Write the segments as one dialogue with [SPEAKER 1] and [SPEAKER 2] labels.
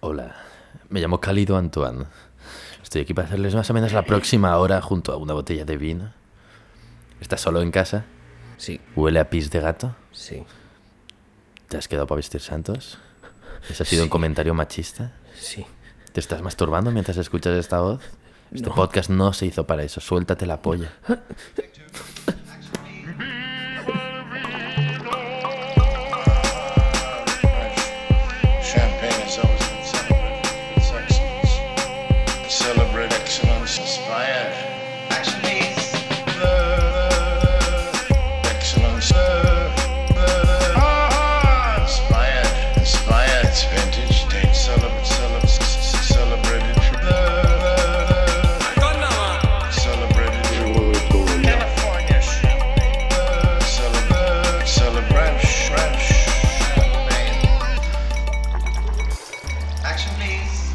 [SPEAKER 1] Hola, me llamo Cálido Antoine. Estoy aquí para hacerles más o menos la próxima hora junto a una botella de vino. ¿Estás solo en casa?
[SPEAKER 2] Sí,
[SPEAKER 1] ¿Huele a pis de gato?
[SPEAKER 2] sí,
[SPEAKER 1] ¿Te has quedado para vestir santos? ¿Ese ha sido un
[SPEAKER 2] Sí.
[SPEAKER 1] comentario machista?
[SPEAKER 2] sí.
[SPEAKER 1] ¿Te estás masturbando mientras escuchas esta voz? Este
[SPEAKER 2] No.
[SPEAKER 1] podcast no se hizo para eso. Suéltate la polla.
[SPEAKER 3] Champagne is always been celebrated for its excellence. Celebrate excellence inspired. Excellence. Excellence. Ah, Inspired. Inspired. It's vintage. Date celebrate. Celebrate. Celebrated. Celebrated. California champagne. Celebrate. Celebrate. Champagne. Action, please.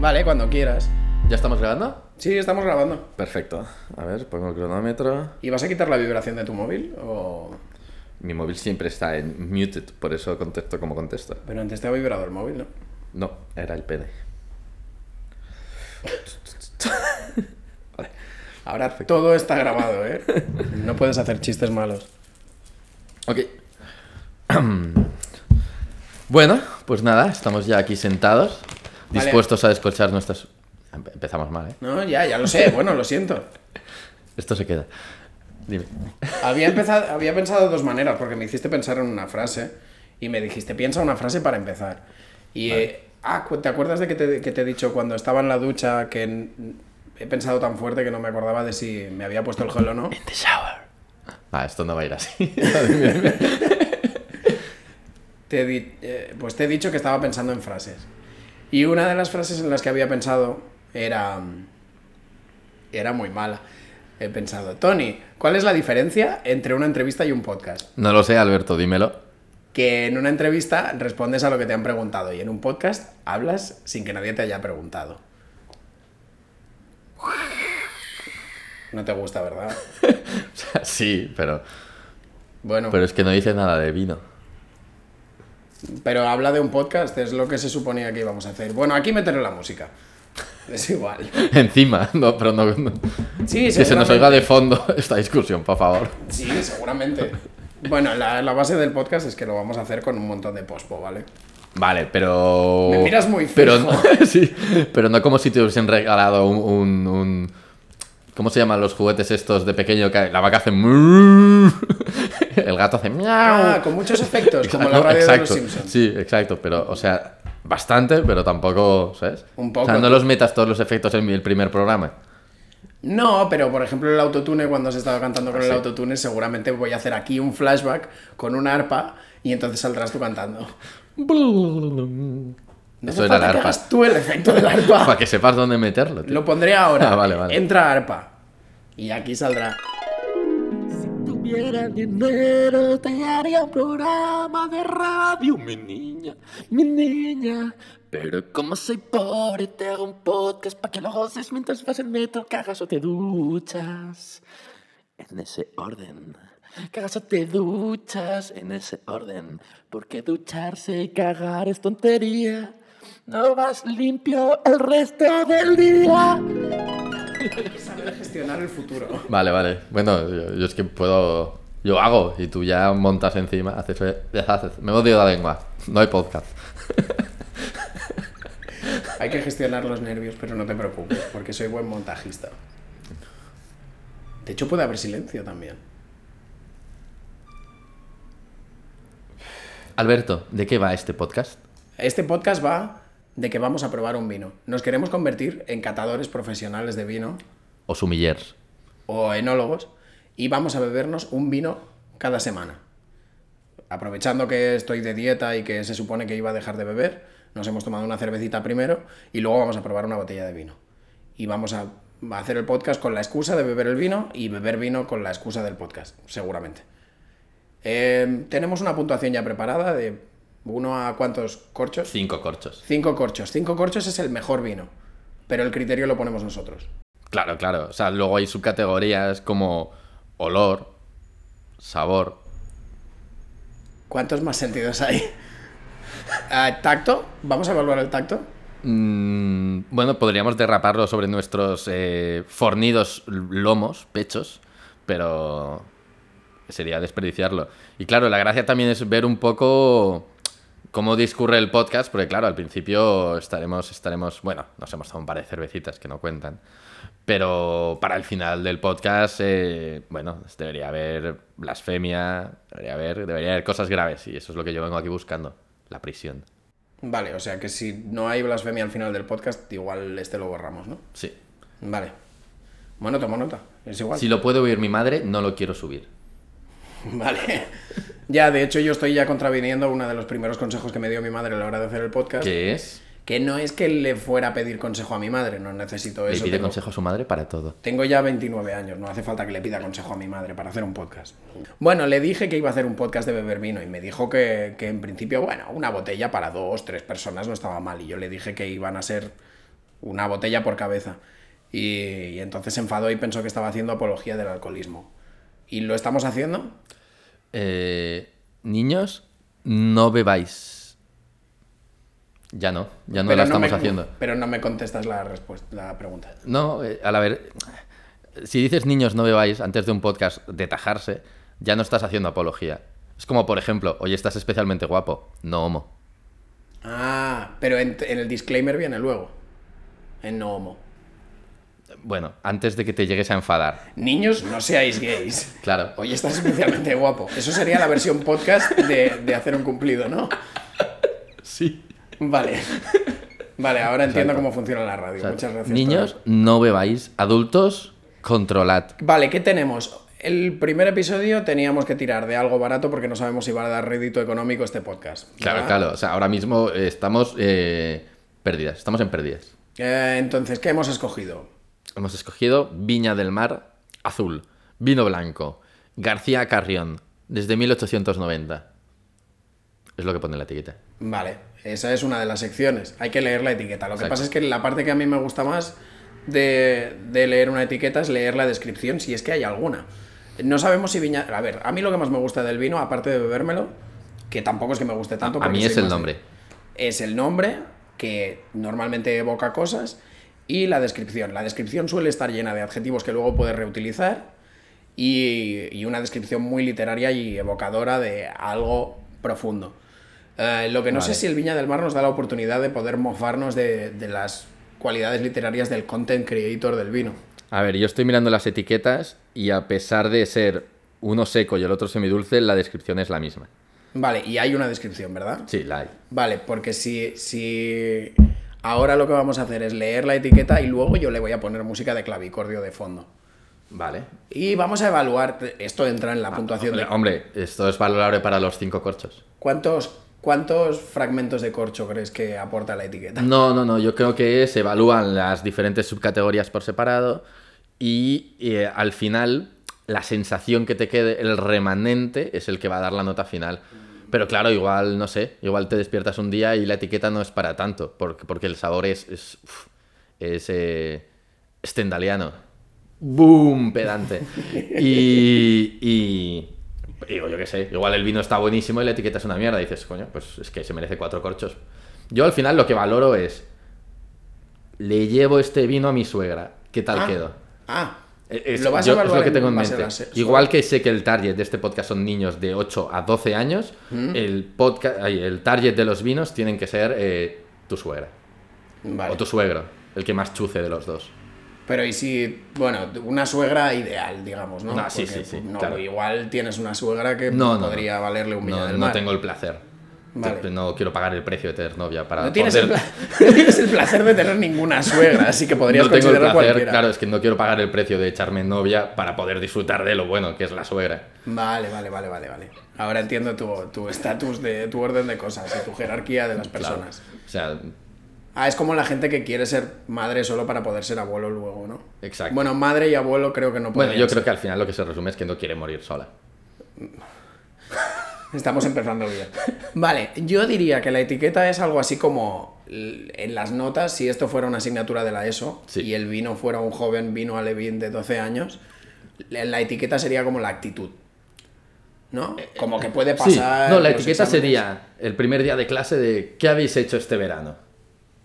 [SPEAKER 2] Vale, cuando quieras.
[SPEAKER 1] ¿Ya estamos grabando?
[SPEAKER 2] Sí, estamos grabando.
[SPEAKER 1] Perfecto. A ver, pongo el cronómetro.
[SPEAKER 2] ¿Y vas a quitar la vibración de tu móvil? O...
[SPEAKER 1] Mi móvil siempre está en muted, por eso contesto como contesto.
[SPEAKER 2] Pero antes te ha vibrado el móvil, ¿no?
[SPEAKER 1] No, era el pene.
[SPEAKER 2] Ahora todo está grabado, ¿eh? No puedes hacer chistes malos.
[SPEAKER 1] Ok. bueno, pues nada, estamos ya aquí sentados,
[SPEAKER 2] Vale.
[SPEAKER 1] dispuestos a descorchar nuestras... Empe- Empezamos mal, ¿eh?
[SPEAKER 2] No, ya, ya lo sé. Bueno, lo siento.
[SPEAKER 1] Esto se queda. Dime.
[SPEAKER 2] Había, empezado, había pensado de dos maneras, porque me hiciste pensar en una frase y me dijiste, piensa una frase para empezar. Y, eh, ah, cu- ¿te acuerdas de que te, que te he dicho cuando estaba en la ducha que n- he pensado tan fuerte que no me acordaba de si me había puesto el gel o no?
[SPEAKER 1] The shower. Ah, esto no va a ir así. Dime, dime.
[SPEAKER 2] Te he di- eh, pues te he dicho que estaba pensando en frases. Y una de las frases en las que había pensado era. mm, era muy mala. He pensado, Tony, ¿cuál es la diferencia entre una entrevista y un podcast?
[SPEAKER 1] no lo sé, Alberto, dímelo.
[SPEAKER 2] Que en una entrevista respondes a lo que te han preguntado y en un podcast hablas sin que nadie te haya preguntado. No te gusta, ¿verdad?
[SPEAKER 1] O sea, sí, pero,
[SPEAKER 2] Bueno,
[SPEAKER 1] pero
[SPEAKER 2] pero,
[SPEAKER 1] es que no dice nada de vino.
[SPEAKER 2] habla de un podcast, es lo que se suponía que íbamos a hacer. Bueno, aquí meteré la música. Es igual.
[SPEAKER 1] Encima, no, pero no, no.
[SPEAKER 2] Sí,
[SPEAKER 1] Que se nos oiga
[SPEAKER 2] seguramente.
[SPEAKER 1] de fondo esta discusión, por favor.
[SPEAKER 2] Sí, seguramente. Bueno, la, la base del podcast es que lo vamos a hacer con un montón de pospo, ¿vale?
[SPEAKER 1] Vale, pero.
[SPEAKER 2] Me miras muy
[SPEAKER 1] pero,
[SPEAKER 2] fijo.
[SPEAKER 1] sí, pero no como si te hubiesen regalado un, un- un- ¿Cómo se llaman los juguetes estos de pequeño? Que la vaca hace. "Mrrr", El gato hace. miau.
[SPEAKER 2] Ah, con muchos efectos, como la
[SPEAKER 1] Exacto,
[SPEAKER 2] radio de los
[SPEAKER 1] uh. exacto.
[SPEAKER 2] Simpsons.
[SPEAKER 1] Sí, exacto, pero, o sea, bastante, pero tampoco, ¿sabes?
[SPEAKER 2] Un poco.
[SPEAKER 1] O sea, no los metas todos los efectos en el primer programa.
[SPEAKER 2] No, pero por ejemplo el autotune, cuando se estaba cantando con el
[SPEAKER 1] Ah, sí.
[SPEAKER 2] autotune, seguramente voy a hacer aquí un flashback con una arpa y entonces saldrás tú cantando. No
[SPEAKER 1] Eso
[SPEAKER 2] hace
[SPEAKER 1] era la
[SPEAKER 2] falta que
[SPEAKER 1] arpa.
[SPEAKER 2] hagas tú el efecto del arpa.
[SPEAKER 1] Para que sepas dónde meterlo, tío.
[SPEAKER 2] Lo pondré ahora.
[SPEAKER 1] Ah, vale, vale.
[SPEAKER 2] Entra arpa. Y aquí saldrá.
[SPEAKER 4] tuviera dinero, te haría un programa de radio, mi niña, mi niña. Pero como soy pobre, te hago un podcast para que lo goces mientras vas al metro, cagas o te duchas. En ese orden. Cagas o te duchas en ese orden. Porque ducharse y cagar es tontería. No vas limpio el resto del día.
[SPEAKER 2] Saber gestionar el futuro.
[SPEAKER 1] Vale, vale. Bueno, yo, yo es que puedo. Yo hago y tú ya montas encima, haces. haces- me odio la lengua. No hay podcast.
[SPEAKER 2] Hay que gestionar los nervios, pero no te preocupes, porque soy buen montajista. De hecho, puede haber silencio también.
[SPEAKER 1] Alberto, ¿de qué va este podcast?
[SPEAKER 2] Este podcast va de que vamos a probar un vino. Nos queremos convertir en catadores profesionales de vino
[SPEAKER 1] O sumillers.
[SPEAKER 2] o enólogos y vamos a bebernos un vino cada semana. Aprovechando que estoy de dieta y que se supone que iba a dejar de beber, nos hemos tomado una cervecita primero y luego vamos a probar una botella de vino. Y vamos a a hacer el podcast con la excusa de beber el vino y beber vino con la excusa del podcast, seguramente. Eh, tenemos una puntuación ya preparada de uno a cuántos corchos.
[SPEAKER 1] Cinco corchos.
[SPEAKER 2] Cinco corchos. Cinco corchos es el mejor vino, pero el criterio lo ponemos nosotros.
[SPEAKER 1] Claro, claro. O sea, luego hay subcategorías como olor, sabor,
[SPEAKER 2] ¿Cuántos más sentidos hay? Ah, ¿Tacto? ¿Vamos a evaluar el tacto?
[SPEAKER 1] Mm, bueno, podríamos derraparlo sobre nuestros eh, fornidos lomos, pechos, pero sería desperdiciarlo. Y claro, la gracia también es ver un poco cómo discurre el podcast, porque claro, al principio estaremos, estaremos, bueno, nos hemos dado un par de cervecitas que no cuentan, pero para el final del podcast, eh, bueno, debería haber blasfemia, debería haber, debería haber cosas graves, y eso es lo que yo vengo aquí buscando, la prisión.
[SPEAKER 2] Vale, o sea que si no hay blasfemia al final del podcast, igual este lo borramos, ¿no?
[SPEAKER 1] Sí.
[SPEAKER 2] Vale. Bueno, tomo nota. Es igual.
[SPEAKER 1] Si lo puede oír mi madre, no lo quiero subir.
[SPEAKER 2] Vale. Ya, de hecho, yo estoy ya contraviniendo uno de los primeros consejos que me dio mi madre a la hora de hacer el podcast.
[SPEAKER 1] ¿Qué es?
[SPEAKER 2] Que no es que le fuera a pedir consejo a mi madre, no necesito
[SPEAKER 1] Le
[SPEAKER 2] eso.
[SPEAKER 1] pide
[SPEAKER 2] tengo-
[SPEAKER 1] consejo a su madre para todo.
[SPEAKER 2] Tengo ya 29 años, no hace falta que le pida consejo a mi madre para hacer un podcast. Bueno, le dije que iba a hacer un podcast de beber vino y me dijo que, que en principio, bueno, una botella para dos, tres personas no estaba mal. Y yo le dije que iban a ser una botella por cabeza. Y, y entonces se enfadó y pensó que estaba haciendo apología del alcoholismo. ¿Y lo estamos haciendo?
[SPEAKER 1] Eh, niños, no bebáis. Ya no, ya no
[SPEAKER 2] Pero
[SPEAKER 1] la estamos
[SPEAKER 2] me-
[SPEAKER 1] haciendo.
[SPEAKER 2] Pero no me contestas la, respuesta, la pregunta.
[SPEAKER 1] No, eh, a la ver, si dices niños no bebáis antes de un podcast de tajarse, ya no estás haciendo apología. Es como, por ejemplo, hoy estás especialmente guapo, no homo.
[SPEAKER 2] Ah, pero en, en el disclaimer viene luego. En no homo.
[SPEAKER 1] Bueno, antes de que te llegues a enfadar.
[SPEAKER 2] Niños, no seáis gays.
[SPEAKER 1] Claro.
[SPEAKER 2] Hoy estás especialmente guapo. Eso sería la versión podcast de, de hacer un cumplido, ¿no?
[SPEAKER 1] Sí.
[SPEAKER 2] Vale. Vale, ahora entiendo cómo funciona la radio. Muchas gracias.
[SPEAKER 1] Niños,
[SPEAKER 2] Tony.
[SPEAKER 1] no bebáis. Adultos, controlad.
[SPEAKER 2] Vale, ¿qué tenemos? El primer episodio teníamos que tirar de algo barato porque no sabemos si va a dar rédito económico este podcast.
[SPEAKER 1] Claro,
[SPEAKER 2] ¿verdad?
[SPEAKER 1] claro. O sea, ahora mismo eh, estamos eh, perdidas. Estamos en pérdidas.
[SPEAKER 2] Eh, entonces, ¿qué hemos escogido?
[SPEAKER 1] Hemos escogido Viña del Mar Azul, Vino Blanco, García Carrión, desde 1890. Es lo que pone en la etiqueta.
[SPEAKER 2] Vale, esa es una de las secciones. Hay que leer la etiqueta. Lo que
[SPEAKER 1] Exacto.
[SPEAKER 2] pasa es que la parte que a mí me gusta más de, de leer una etiqueta es leer la descripción, si es que hay alguna. No sabemos si Viña... A ver, a mí lo que más me gusta del vino, aparte de bebérmelo, que tampoco es que me guste tanto...
[SPEAKER 1] A
[SPEAKER 2] porque
[SPEAKER 1] mí
[SPEAKER 2] soy
[SPEAKER 1] es el
[SPEAKER 2] más de-
[SPEAKER 1] nombre.
[SPEAKER 2] Es el nombre, que normalmente evoca cosas, y la descripción. La descripción suele estar llena de adjetivos que luego puedes reutilizar y, y una descripción muy literaria y evocadora de algo profundo. Eh, lo que no sé
[SPEAKER 1] Vale.
[SPEAKER 2] si el Viña del Mar nos da la oportunidad de poder mofarnos de, de las cualidades literarias del content creator del vino.
[SPEAKER 1] A ver, yo estoy mirando las etiquetas y a pesar de ser uno seco y el otro semidulce, la descripción es la misma.
[SPEAKER 2] Vale, y hay una descripción, ¿verdad?
[SPEAKER 1] Sí, la hay.
[SPEAKER 2] Vale, porque si, si ahora lo que vamos a hacer es leer la etiqueta y luego yo le voy a poner música de clavicordio de fondo.
[SPEAKER 1] Vale.
[SPEAKER 2] Y vamos a evaluar, esto entra en la puntuación
[SPEAKER 1] Ah, Hombre,
[SPEAKER 2] de...
[SPEAKER 1] hombre, esto es valorable para los cinco corchos.
[SPEAKER 2] ¿Cuántos, ¿Cuántos fragmentos de corcho crees que aporta la etiqueta?
[SPEAKER 1] No, no, no. Yo creo que se evalúan las diferentes subcategorías por separado y eh, al final la sensación que te quede, el remanente, es el que va a dar la nota final. Pero claro, igual, no sé, igual te despiertas un día y la etiqueta no es para tanto, porque, porque el sabor es. es, uf, es eh, stendhaliano. ¡Boom! Pedante. Y. y digo, yo qué sé, igual el vino está buenísimo y la etiqueta es una mierda. Y dices, coño, pues es que se merece cuatro corchos. Yo al final lo que valoro es. Le llevo este vino a mi suegra. ¿Qué tal
[SPEAKER 2] Ah,
[SPEAKER 1] quedo?
[SPEAKER 2] Ah,
[SPEAKER 1] Eh, Es,
[SPEAKER 2] lo vas
[SPEAKER 1] yo-
[SPEAKER 2] a
[SPEAKER 1] es
[SPEAKER 2] evaluar
[SPEAKER 1] lo que
[SPEAKER 2] en
[SPEAKER 1] tengo en
[SPEAKER 2] base a
[SPEAKER 1] mente.
[SPEAKER 2] las-
[SPEAKER 1] Igual que sé que el target de este podcast son niños de 8 a 12 años,
[SPEAKER 2] Mm.
[SPEAKER 1] el, podcast, ay, el target de los vinos tienen que ser eh, tu suegra
[SPEAKER 2] Vale.
[SPEAKER 1] o tu suegro, el que más chuce de los dos.
[SPEAKER 2] Pero y si, bueno, una suegra ideal, digamos, ¿no?
[SPEAKER 1] Ah, sí,
[SPEAKER 2] Porque,
[SPEAKER 1] sí, sí,
[SPEAKER 2] No,
[SPEAKER 1] claro.
[SPEAKER 2] Igual tienes una suegra que
[SPEAKER 1] No, no,
[SPEAKER 2] podría
[SPEAKER 1] no.
[SPEAKER 2] valerle un millón
[SPEAKER 1] No,
[SPEAKER 2] del
[SPEAKER 1] no
[SPEAKER 2] mar.
[SPEAKER 1] tengo el placer.
[SPEAKER 2] Vale.
[SPEAKER 1] Te- No quiero pagar el precio de tener novia para
[SPEAKER 2] No tienes, el
[SPEAKER 1] poder-
[SPEAKER 2] pla- no tienes el placer de tener ninguna suegra, así que podrías
[SPEAKER 1] No tengo el
[SPEAKER 2] considerar
[SPEAKER 1] placer,
[SPEAKER 2] cualquiera.
[SPEAKER 1] claro, es que no quiero pagar el precio de echarme novia para poder disfrutar de lo bueno que es la suegra.
[SPEAKER 2] Vale, vale, vale, vale, vale. Ahora entiendo tu tu estatus de tu orden de cosas y tu jerarquía de las
[SPEAKER 1] Claro.
[SPEAKER 2] personas.
[SPEAKER 1] O sea,
[SPEAKER 2] Ah, es como la gente que quiere ser madre solo para poder ser abuelo luego, ¿no?
[SPEAKER 1] Exacto.
[SPEAKER 2] Bueno, madre y abuelo creo que no
[SPEAKER 1] bueno, yo
[SPEAKER 2] podrían
[SPEAKER 1] creo que al final lo que se resume es que no quiere morir sola.
[SPEAKER 2] Estamos empezando bien. Vale, yo diría que la etiqueta es algo así como l- en las notas, si esto fuera una asignatura de la ESO
[SPEAKER 1] Sí.
[SPEAKER 2] y el vino fuera un joven vino alevín de 12 años, la la etiqueta sería como la actitud. ¿no? Como que puede
[SPEAKER 1] Eh, Sí,
[SPEAKER 2] pasar.
[SPEAKER 1] no, la
[SPEAKER 2] los
[SPEAKER 1] etiqueta
[SPEAKER 2] exámenes.
[SPEAKER 1] sería el primer día de clase de ¿qué habéis hecho este verano?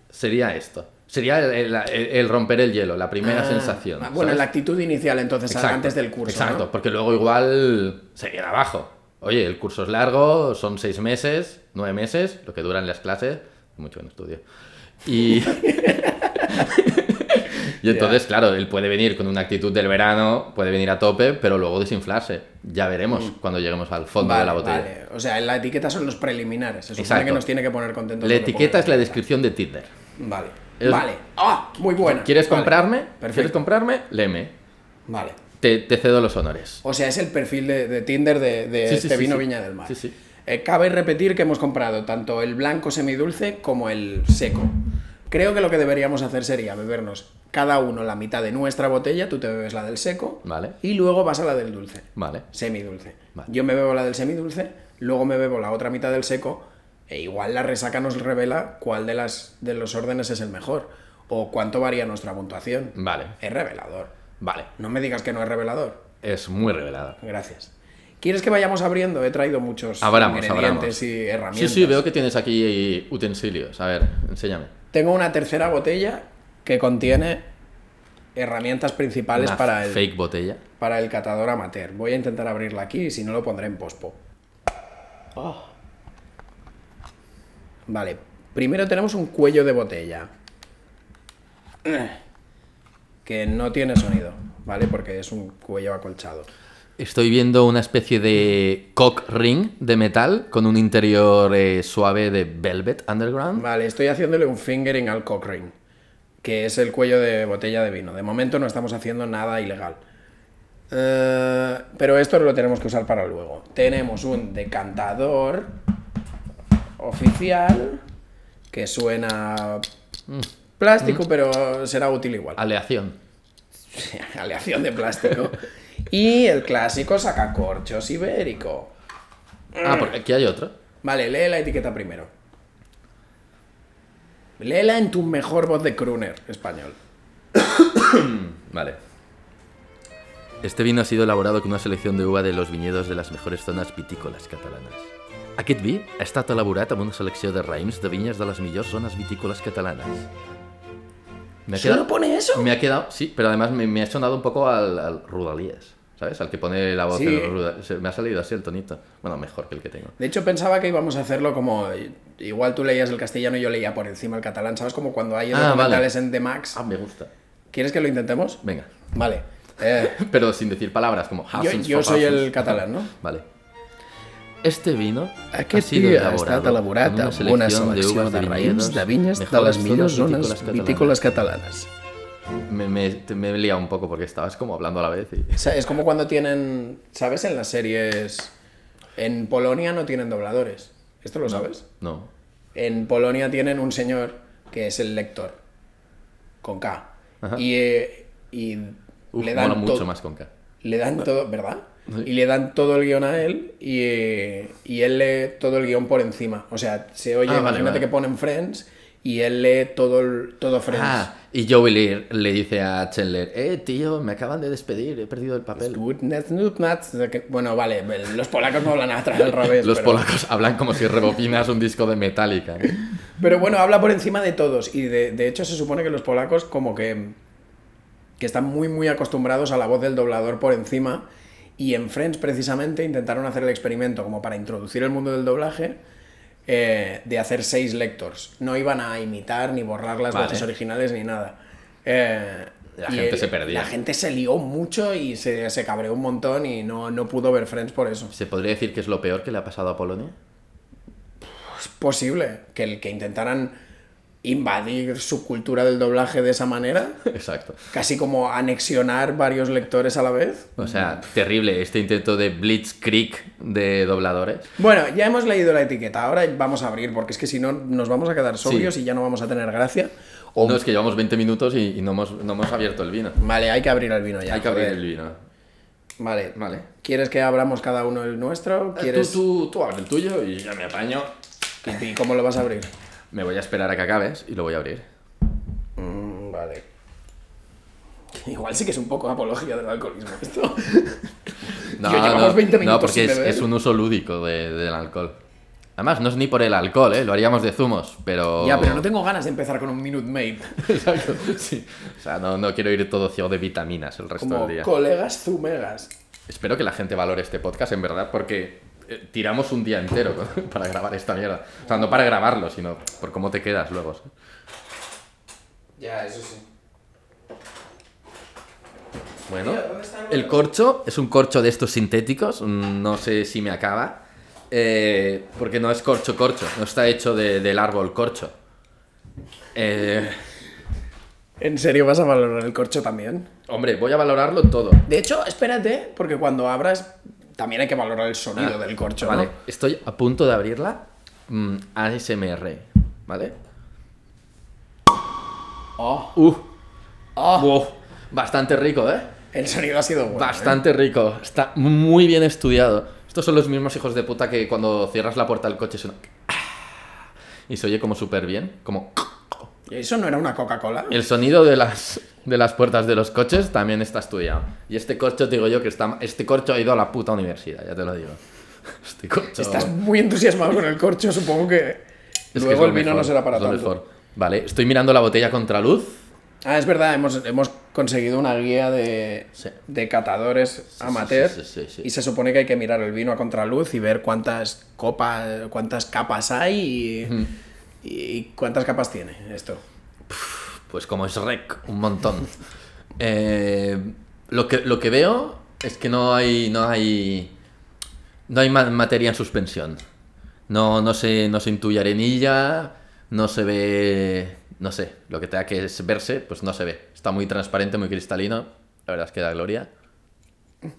[SPEAKER 1] Sería esto. Sería el, el- el romper el hielo, la primera
[SPEAKER 2] Ah,
[SPEAKER 1] sensación.
[SPEAKER 2] ah,
[SPEAKER 1] ¿sabes?
[SPEAKER 2] Bueno, la actitud inicial entonces
[SPEAKER 1] Exacto,
[SPEAKER 2] antes del curso. ¿no?
[SPEAKER 1] Exacto, porque luego igual se viene abajo. Oye, el curso es largo, son seis meses, nueve meses, lo que duran las clases, mucho en estudio. Y. y entonces, claro, él puede venir con una actitud del verano, puede venir a tope, pero luego desinflarse. Ya veremos cuando lleguemos al fondo de la
[SPEAKER 2] Mm. Vale,
[SPEAKER 1] botella.
[SPEAKER 2] vale. O sea, la etiqueta son los preliminares. Se supone
[SPEAKER 1] Exacto.
[SPEAKER 2] que nos tiene que poner contentos.
[SPEAKER 1] La
[SPEAKER 2] con lo
[SPEAKER 1] etiqueta es
[SPEAKER 2] poco
[SPEAKER 1] la
[SPEAKER 2] que
[SPEAKER 1] descripción de Tinder.
[SPEAKER 2] Vale.
[SPEAKER 1] Es-
[SPEAKER 2] Vale. ¡Ah! Muy buena.
[SPEAKER 1] ¿Quieres
[SPEAKER 2] Vale.
[SPEAKER 1] comprarme?
[SPEAKER 2] Perfecto.
[SPEAKER 1] ¿Quieres comprarme? Leme.
[SPEAKER 2] Vale.
[SPEAKER 1] Te, te cedo los honores.
[SPEAKER 2] O sea, es el perfil de, de Tinder de, de
[SPEAKER 1] Sí, sí,
[SPEAKER 2] este
[SPEAKER 1] sí,
[SPEAKER 2] vino
[SPEAKER 1] sí.
[SPEAKER 2] Viña del Mar.
[SPEAKER 1] Sí, sí.
[SPEAKER 2] Eh, cabe repetir que hemos comprado tanto el blanco semidulce como el seco. Creo que lo que deberíamos hacer sería bebernos cada uno la mitad de nuestra botella, tú te bebes la del seco
[SPEAKER 1] Vale.
[SPEAKER 2] y luego vas a la del dulce,
[SPEAKER 1] Vale.
[SPEAKER 2] semidulce.
[SPEAKER 1] Vale.
[SPEAKER 2] Yo me bebo la del semidulce, luego me bebo la otra mitad del seco e igual la resaca nos revela cuál de, las, de los órdenes es el mejor o cuánto varía nuestra puntuación.
[SPEAKER 1] Vale.
[SPEAKER 2] Es revelador.
[SPEAKER 1] Vale.
[SPEAKER 2] No me digas que no es revelador.
[SPEAKER 1] Es muy revelador.
[SPEAKER 2] Gracias. ¿Quieres que vayamos abriendo? He traído muchos
[SPEAKER 1] Abramos,
[SPEAKER 2] ingredientes
[SPEAKER 1] abramos.
[SPEAKER 2] y
[SPEAKER 1] Sí,
[SPEAKER 2] herramientas.
[SPEAKER 1] sí, veo que tienes aquí eh, utensilios. A ver, enséñame.
[SPEAKER 2] Tengo una tercera botella que contiene herramientas principales
[SPEAKER 1] Una
[SPEAKER 2] para el,
[SPEAKER 1] fake botella.
[SPEAKER 2] para el catador amateur. Voy a intentar abrirla aquí y si no lo pondré en pospo.
[SPEAKER 1] Ah.
[SPEAKER 2] Vale. Primero tenemos un cuello de botella.
[SPEAKER 1] Eh.
[SPEAKER 2] Que no tiene sonido, ¿vale? Porque es un cuello acolchado.
[SPEAKER 1] Estoy viendo una especie de cock ring de metal con un interior eh, suave de velvet underground.
[SPEAKER 2] Vale, estoy haciéndole un fingering al cock ring, que es el cuello de botella de vino. De momento no estamos haciendo nada ilegal. Eh, pero esto lo tenemos que usar para luego. Tenemos un decantador oficial que suena plástico, pero será útil igual.
[SPEAKER 1] Aleación.
[SPEAKER 2] Aleación de plástico. y el clásico sacacorchos ibérico.
[SPEAKER 1] Ah, porque aquí hay otro.
[SPEAKER 2] Vale, lee la etiqueta primero. Léela en tu mejor voz de crooner español.
[SPEAKER 1] Vale. Este vino ha sido elaborado con una selección de uva de los vinyedos de las mejores zones vitícoles catalanes. Aquest vi ha estat elaborat amb una selecció de raïms de vinyes de les millors zones vitícolas catalanas. Me ha
[SPEAKER 2] ¿Solo
[SPEAKER 1] quedado,
[SPEAKER 2] pone eso?
[SPEAKER 1] me ha quedado, sí, pero además me, me ha sonado un poco al, al Rudalíes, ¿sabes? Al que pone la voz
[SPEAKER 2] Sí.
[SPEAKER 1] de los Ruda- se- Me ha salido así el tonito. Bueno, mejor que el que tengo.
[SPEAKER 2] De hecho, pensaba que íbamos a hacerlo como. Igual tú leías el castellano y yo leía por encima el catalán, ¿sabes? Como cuando hay
[SPEAKER 1] Ah,
[SPEAKER 2] documentales en The Max.
[SPEAKER 1] Ah, me gusta.
[SPEAKER 2] ¿Quieres que lo intentemos?
[SPEAKER 1] Venga.
[SPEAKER 2] Vale. Eh,
[SPEAKER 1] Pero sin decir palabras, como...
[SPEAKER 2] yo
[SPEAKER 1] "Hausens
[SPEAKER 2] yo
[SPEAKER 1] for
[SPEAKER 2] soy el
[SPEAKER 1] Hausens".
[SPEAKER 2] catalán, ¿no?
[SPEAKER 1] Vale. Este vino
[SPEAKER 2] Aquest
[SPEAKER 1] ha sido
[SPEAKER 2] dia ha
[SPEAKER 1] elaborado
[SPEAKER 2] estat elaborat
[SPEAKER 1] amb una
[SPEAKER 2] amb
[SPEAKER 1] selecció,
[SPEAKER 2] una selecció
[SPEAKER 1] d'uves
[SPEAKER 2] de raïms
[SPEAKER 1] vinyedos,
[SPEAKER 2] de vinyes de
[SPEAKER 1] mejores
[SPEAKER 2] les millors
[SPEAKER 1] zones
[SPEAKER 2] zones
[SPEAKER 1] vitícoles
[SPEAKER 2] vitícoles catalanes.
[SPEAKER 1] catalanes. Me, me, te- me he liado un poco porque estabas como hablando a la vez. y-
[SPEAKER 2] O sea, es como cuando tienen, ¿sabes? En las series... En Polonia no tienen dobladores. ¿Esto lo sabes?
[SPEAKER 1] No.
[SPEAKER 2] En Polonia tienen un señor que es el lector. Con K.
[SPEAKER 1] Ajá.
[SPEAKER 2] Y, eh, y
[SPEAKER 1] Uf,
[SPEAKER 2] le dan
[SPEAKER 1] mola mucho
[SPEAKER 2] to-
[SPEAKER 1] más con K.
[SPEAKER 2] Le dan todo, ¿verdad?
[SPEAKER 1] Sí.
[SPEAKER 2] Y le dan todo el guión a él y, eh, y él lee todo el guión por encima. O sea, se oye,
[SPEAKER 1] Ah, vale,
[SPEAKER 2] imagínate
[SPEAKER 1] vale.
[SPEAKER 2] que ponen Friends y él lee todo, el- todo Friends.
[SPEAKER 1] Ah, y Joey le, le dice a Chandler, eh, tío, me acaban de despedir, he perdido el papel.
[SPEAKER 2] Goodness, goodness, de que- Bueno, vale, los polacos no hablan atrás al revés.
[SPEAKER 1] Los
[SPEAKER 2] pero-
[SPEAKER 1] polacos hablan como si rebobinas un disco de Metallica.
[SPEAKER 2] Pero bueno, habla por encima de todos. Y de, de hecho se supone que los polacos como que, que están muy muy acostumbrados a la voz del doblador por encima. Y en Friends precisamente intentaron hacer el experimento como para introducir el mundo del doblaje eh, de hacer seis lectors. No iban a imitar ni borrar las
[SPEAKER 1] Vale.
[SPEAKER 2] voces originales ni nada. Eh,
[SPEAKER 1] La
[SPEAKER 2] y
[SPEAKER 1] gente
[SPEAKER 2] el-
[SPEAKER 1] se perdía.
[SPEAKER 2] La gente se lió mucho y se, se cabreó un montón y no, no pudo ver Friends por eso.
[SPEAKER 1] ¿Se podría decir que es lo peor que le ha pasado a Polonia?
[SPEAKER 2] Es posible que el que intentaran invadir su cultura del doblaje de esa manera,
[SPEAKER 1] Exacto.
[SPEAKER 2] casi como anexionar varios lectores a la vez.
[SPEAKER 1] O sea, terrible este intento de Blitzkrieg de dobladores.
[SPEAKER 2] Bueno, ya hemos leído la etiqueta, ahora vamos a abrir, porque es que si no nos vamos a quedar sobrios y ya no vamos a tener gracia. O-
[SPEAKER 1] No, es que llevamos 20 minutos y, y no, hemos, no hemos abierto el vino.
[SPEAKER 2] Vale, hay que abrir el vino ya.
[SPEAKER 1] Hay que abrir
[SPEAKER 2] joder.
[SPEAKER 1] el vino.
[SPEAKER 2] Vale,
[SPEAKER 1] Vale. Eh,
[SPEAKER 2] ¿Quieres que abramos cada uno el nuestro? ¿Quieres...
[SPEAKER 1] Tú, tú, tú abre el tuyo y ya me apaño.
[SPEAKER 2] ¿Y y cómo lo vas a abrir?
[SPEAKER 1] Me voy a esperar a que acabes y lo voy a abrir.
[SPEAKER 2] Mm, vale. Igual sí que es un poco apología del alcoholismo esto.
[SPEAKER 1] No,
[SPEAKER 2] Tío, llevamos
[SPEAKER 1] no,
[SPEAKER 2] 20
[SPEAKER 1] no,
[SPEAKER 2] minutos
[SPEAKER 1] porque
[SPEAKER 2] sin
[SPEAKER 1] es,
[SPEAKER 2] beber.
[SPEAKER 1] es un uso lúdico de- del alcohol. Además, no es ni por el alcohol, ¿eh? Lo haríamos de zumos, pero...
[SPEAKER 2] Ya, pero no tengo ganas de empezar con un Minute Maid.
[SPEAKER 1] Exacto, sí. O sea, no, no quiero ir todo ciego de vitaminas Pues el resto
[SPEAKER 2] Como
[SPEAKER 1] del día.
[SPEAKER 2] colegas zumegas.
[SPEAKER 1] Espero que la gente valore este podcast, en verdad, porque eh, tiramos un día entero con- para grabar esta mierda. O sea, no para grabarlo, sino por cómo te quedas luego. ¿sabes?
[SPEAKER 2] Ya, eso sí.
[SPEAKER 1] Bueno,
[SPEAKER 2] Tío, ¿dónde está el
[SPEAKER 1] el
[SPEAKER 2] otro?
[SPEAKER 1] corcho es un corcho de estos sintéticos, mm, no sé si me acaba, eh, porque no es corcho corcho, no está hecho de- del árbol corcho. Eh,
[SPEAKER 2] ¿En serio vas a valorar el corcho también?
[SPEAKER 1] hombre, voy a valorarlo todo.
[SPEAKER 2] De hecho, espérate, porque cuando abras también hay que valorar el sonido
[SPEAKER 1] Ah,
[SPEAKER 2] del corcho.
[SPEAKER 1] Vale,
[SPEAKER 2] ¿no?
[SPEAKER 1] estoy a punto de abrirla. Mm, ASMR, ¿vale?
[SPEAKER 2] Oh,
[SPEAKER 1] Uh,
[SPEAKER 2] oh.
[SPEAKER 1] wow, bastante rico, ¿eh?
[SPEAKER 2] El sonido ha sido bueno.
[SPEAKER 1] Bastante rico, está muy bien estudiado. Estos son los mismos hijos de puta que cuando cierras la puerta del coche suena... Y se oye como súper bien, como...
[SPEAKER 2] ¿eh? ¿Eso no era una Coca-Cola?
[SPEAKER 1] El sonido de las, de las puertas de los coches también está estudiado. Y este corcho, te digo yo, que está, este corcho ha ido a la puta universidad, ya te lo digo. Este corcho...
[SPEAKER 2] Estás muy entusiasmado con el corcho, supongo que.
[SPEAKER 1] es que es
[SPEAKER 2] Luego
[SPEAKER 1] lo
[SPEAKER 2] el vino
[SPEAKER 1] mejor,
[SPEAKER 2] no será para
[SPEAKER 1] es lo
[SPEAKER 2] tanto.
[SPEAKER 1] mejor. Vale, estoy mirando la botella contra luz.
[SPEAKER 2] Ah, es verdad, hemos, hemos conseguido una guía de,
[SPEAKER 1] Sí.
[SPEAKER 2] de catadores amateur.
[SPEAKER 1] sí, sí, sí, sí.
[SPEAKER 2] Y se supone que hay que mirar el vino a contraluz y ver cuántas copas, cuántas capas hay y, y cuántas capas tiene esto.
[SPEAKER 1] Pues como es rec, un montón. Eh, lo, que, lo que veo es que no hay. No hay. No hay ma- materia en suspensión. No, no se, no se intuye arenilla. No se ve. No sé. Lo que tenga que es verse, pues no se ve. Está muy transparente, muy cristalino. La verdad es que da gloria.
[SPEAKER 2] Eh,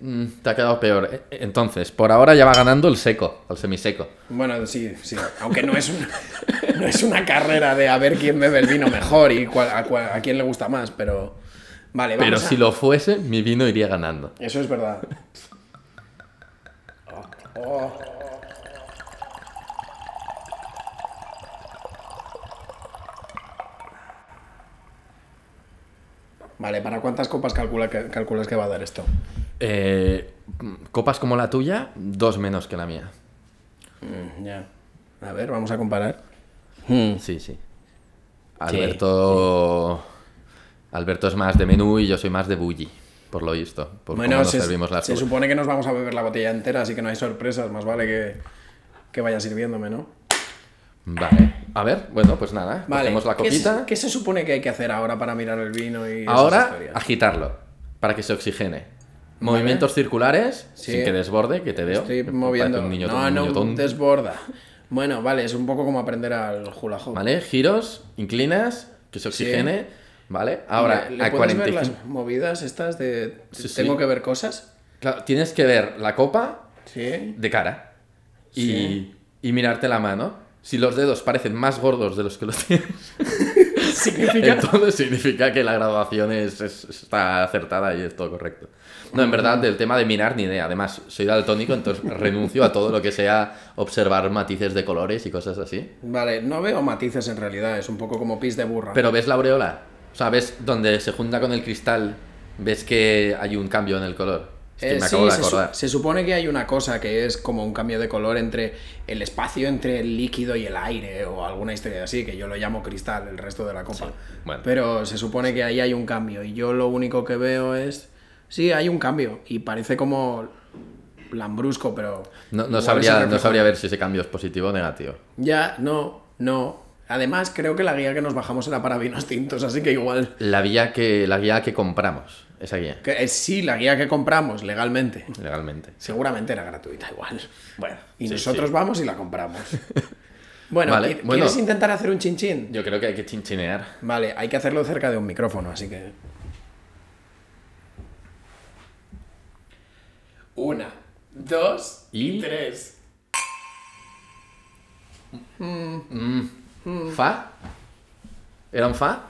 [SPEAKER 1] Mm, te ha quedado peor. Eh, eh, Entonces, por ahora ya va ganando el seco, el semiseco.
[SPEAKER 2] bueno, sí, sí. Aunque no es, una, no es una carrera de a ver quién bebe el vino mejor y cuál- a, cuál- a quién le gusta más, pero. Vale, vamos
[SPEAKER 1] Pero
[SPEAKER 2] a-
[SPEAKER 1] si lo fuese, mi vino iría ganando.
[SPEAKER 2] Eso es verdad. Oh, oh. Vale, ¿para cuántas copas calcula que, calculas que va a dar esto?
[SPEAKER 1] Eh, mm, copas como la tuya, dos menos que la mía.
[SPEAKER 2] Ya. A ver, vamos a comparar.
[SPEAKER 1] Sí, sí. Alberto. Alberto es más de menú y yo soy más de bulli, por lo visto. Por cómo
[SPEAKER 2] Bueno,
[SPEAKER 1] nos
[SPEAKER 2] se,
[SPEAKER 1] Pues servimos las
[SPEAKER 2] se
[SPEAKER 1] uvas.
[SPEAKER 2] supone que nos vamos a beber la botella entera, así que no hay sorpresas. Más vale que, que vaya sirviéndome, ¿no?
[SPEAKER 1] Vale. A ver, bueno, pues nada.
[SPEAKER 2] Vale.
[SPEAKER 1] Cogemos la
[SPEAKER 2] ¿qué se-
[SPEAKER 1] copita.
[SPEAKER 2] ¿Qué se, supone que hay que hacer ahora para mirar el vino y esas
[SPEAKER 1] Ahora,
[SPEAKER 2] historias?
[SPEAKER 1] agitarlo para que se oxigene. Movimientos circulares,
[SPEAKER 2] Sí.
[SPEAKER 1] sin que desborde, que te veo.
[SPEAKER 2] Estoy
[SPEAKER 1] Me parece
[SPEAKER 2] moviendo.
[SPEAKER 1] Un niño,
[SPEAKER 2] no,
[SPEAKER 1] un
[SPEAKER 2] no,
[SPEAKER 1] niño tonto.
[SPEAKER 2] desborda. Bueno, vale, es un poco como aprender al hula hoop.
[SPEAKER 1] Vale, giros, inclinas, que se
[SPEAKER 2] Sí.
[SPEAKER 1] oxigene. Vale,
[SPEAKER 2] Mira,
[SPEAKER 1] ahora
[SPEAKER 2] ¿le
[SPEAKER 1] a
[SPEAKER 2] puedes
[SPEAKER 1] 45.
[SPEAKER 2] ver las movidas estas de
[SPEAKER 1] Sí, sí.
[SPEAKER 2] tengo que ver cosas?
[SPEAKER 1] Claro, tienes que ver la copa
[SPEAKER 2] Sí.
[SPEAKER 1] de cara y,
[SPEAKER 2] Sí.
[SPEAKER 1] y mirarte la mano. Si los dedos parecen más gordos de los que los tienes,
[SPEAKER 2] Significa
[SPEAKER 1] entonces significa que la graduación es, es- está acertada y es todo correcto. No, en verdad, del tema de mirar ni idea. Además, soy daltónico, entonces renuncio a todo lo que sea observar matices de colores y cosas así.
[SPEAKER 2] Vale, no veo matices en realidad, es un poco como pis de burra.
[SPEAKER 1] Pero ves la aureola, o sea, ves donde se junta con el cristal, ves que hay un cambio en el color. Es que
[SPEAKER 2] Eh,
[SPEAKER 1] me
[SPEAKER 2] sí,
[SPEAKER 1] acabo de
[SPEAKER 2] se, su-
[SPEAKER 1] acordar.
[SPEAKER 2] se supone que hay una cosa que es como un cambio de color entre el espacio entre el líquido y el aire o alguna historia así, que yo lo llamo cristal, el resto de la copa.
[SPEAKER 1] bueno.
[SPEAKER 2] Pero se supone que ahí hay un cambio y yo lo único que veo es... Sí, hay un cambio y parece como lambrusco, pero...
[SPEAKER 1] No, no
[SPEAKER 2] igual es
[SPEAKER 1] sabría,
[SPEAKER 2] el
[SPEAKER 1] no
[SPEAKER 2] reflejo.
[SPEAKER 1] sabría ver si ese cambio es positivo o negativo.
[SPEAKER 2] Ya, no, no. Además, creo que la guía que nos bajamos era para vinos tintos, así que igual...
[SPEAKER 1] La guía que, la guía que compramos, esa guía,
[SPEAKER 2] Que, eh, sí, la guía que compramos legalmente.
[SPEAKER 1] legalmente.
[SPEAKER 2] Seguramente era gratuita igual.
[SPEAKER 1] Bueno,
[SPEAKER 2] Y
[SPEAKER 1] sí,
[SPEAKER 2] nosotros
[SPEAKER 1] sí.
[SPEAKER 2] vamos y la compramos. Bueno,
[SPEAKER 1] Vale,
[SPEAKER 2] ¿qui- ¿quieres
[SPEAKER 1] bueno.
[SPEAKER 2] intentar hacer un chinchín?
[SPEAKER 1] Yo creo que hay que chinchinear.
[SPEAKER 2] Vale, hay que hacerlo cerca de un micrófono, así que. Una, dos
[SPEAKER 1] Y-
[SPEAKER 2] tres.
[SPEAKER 1] Mm. ¿Fa? ¿Era un fa?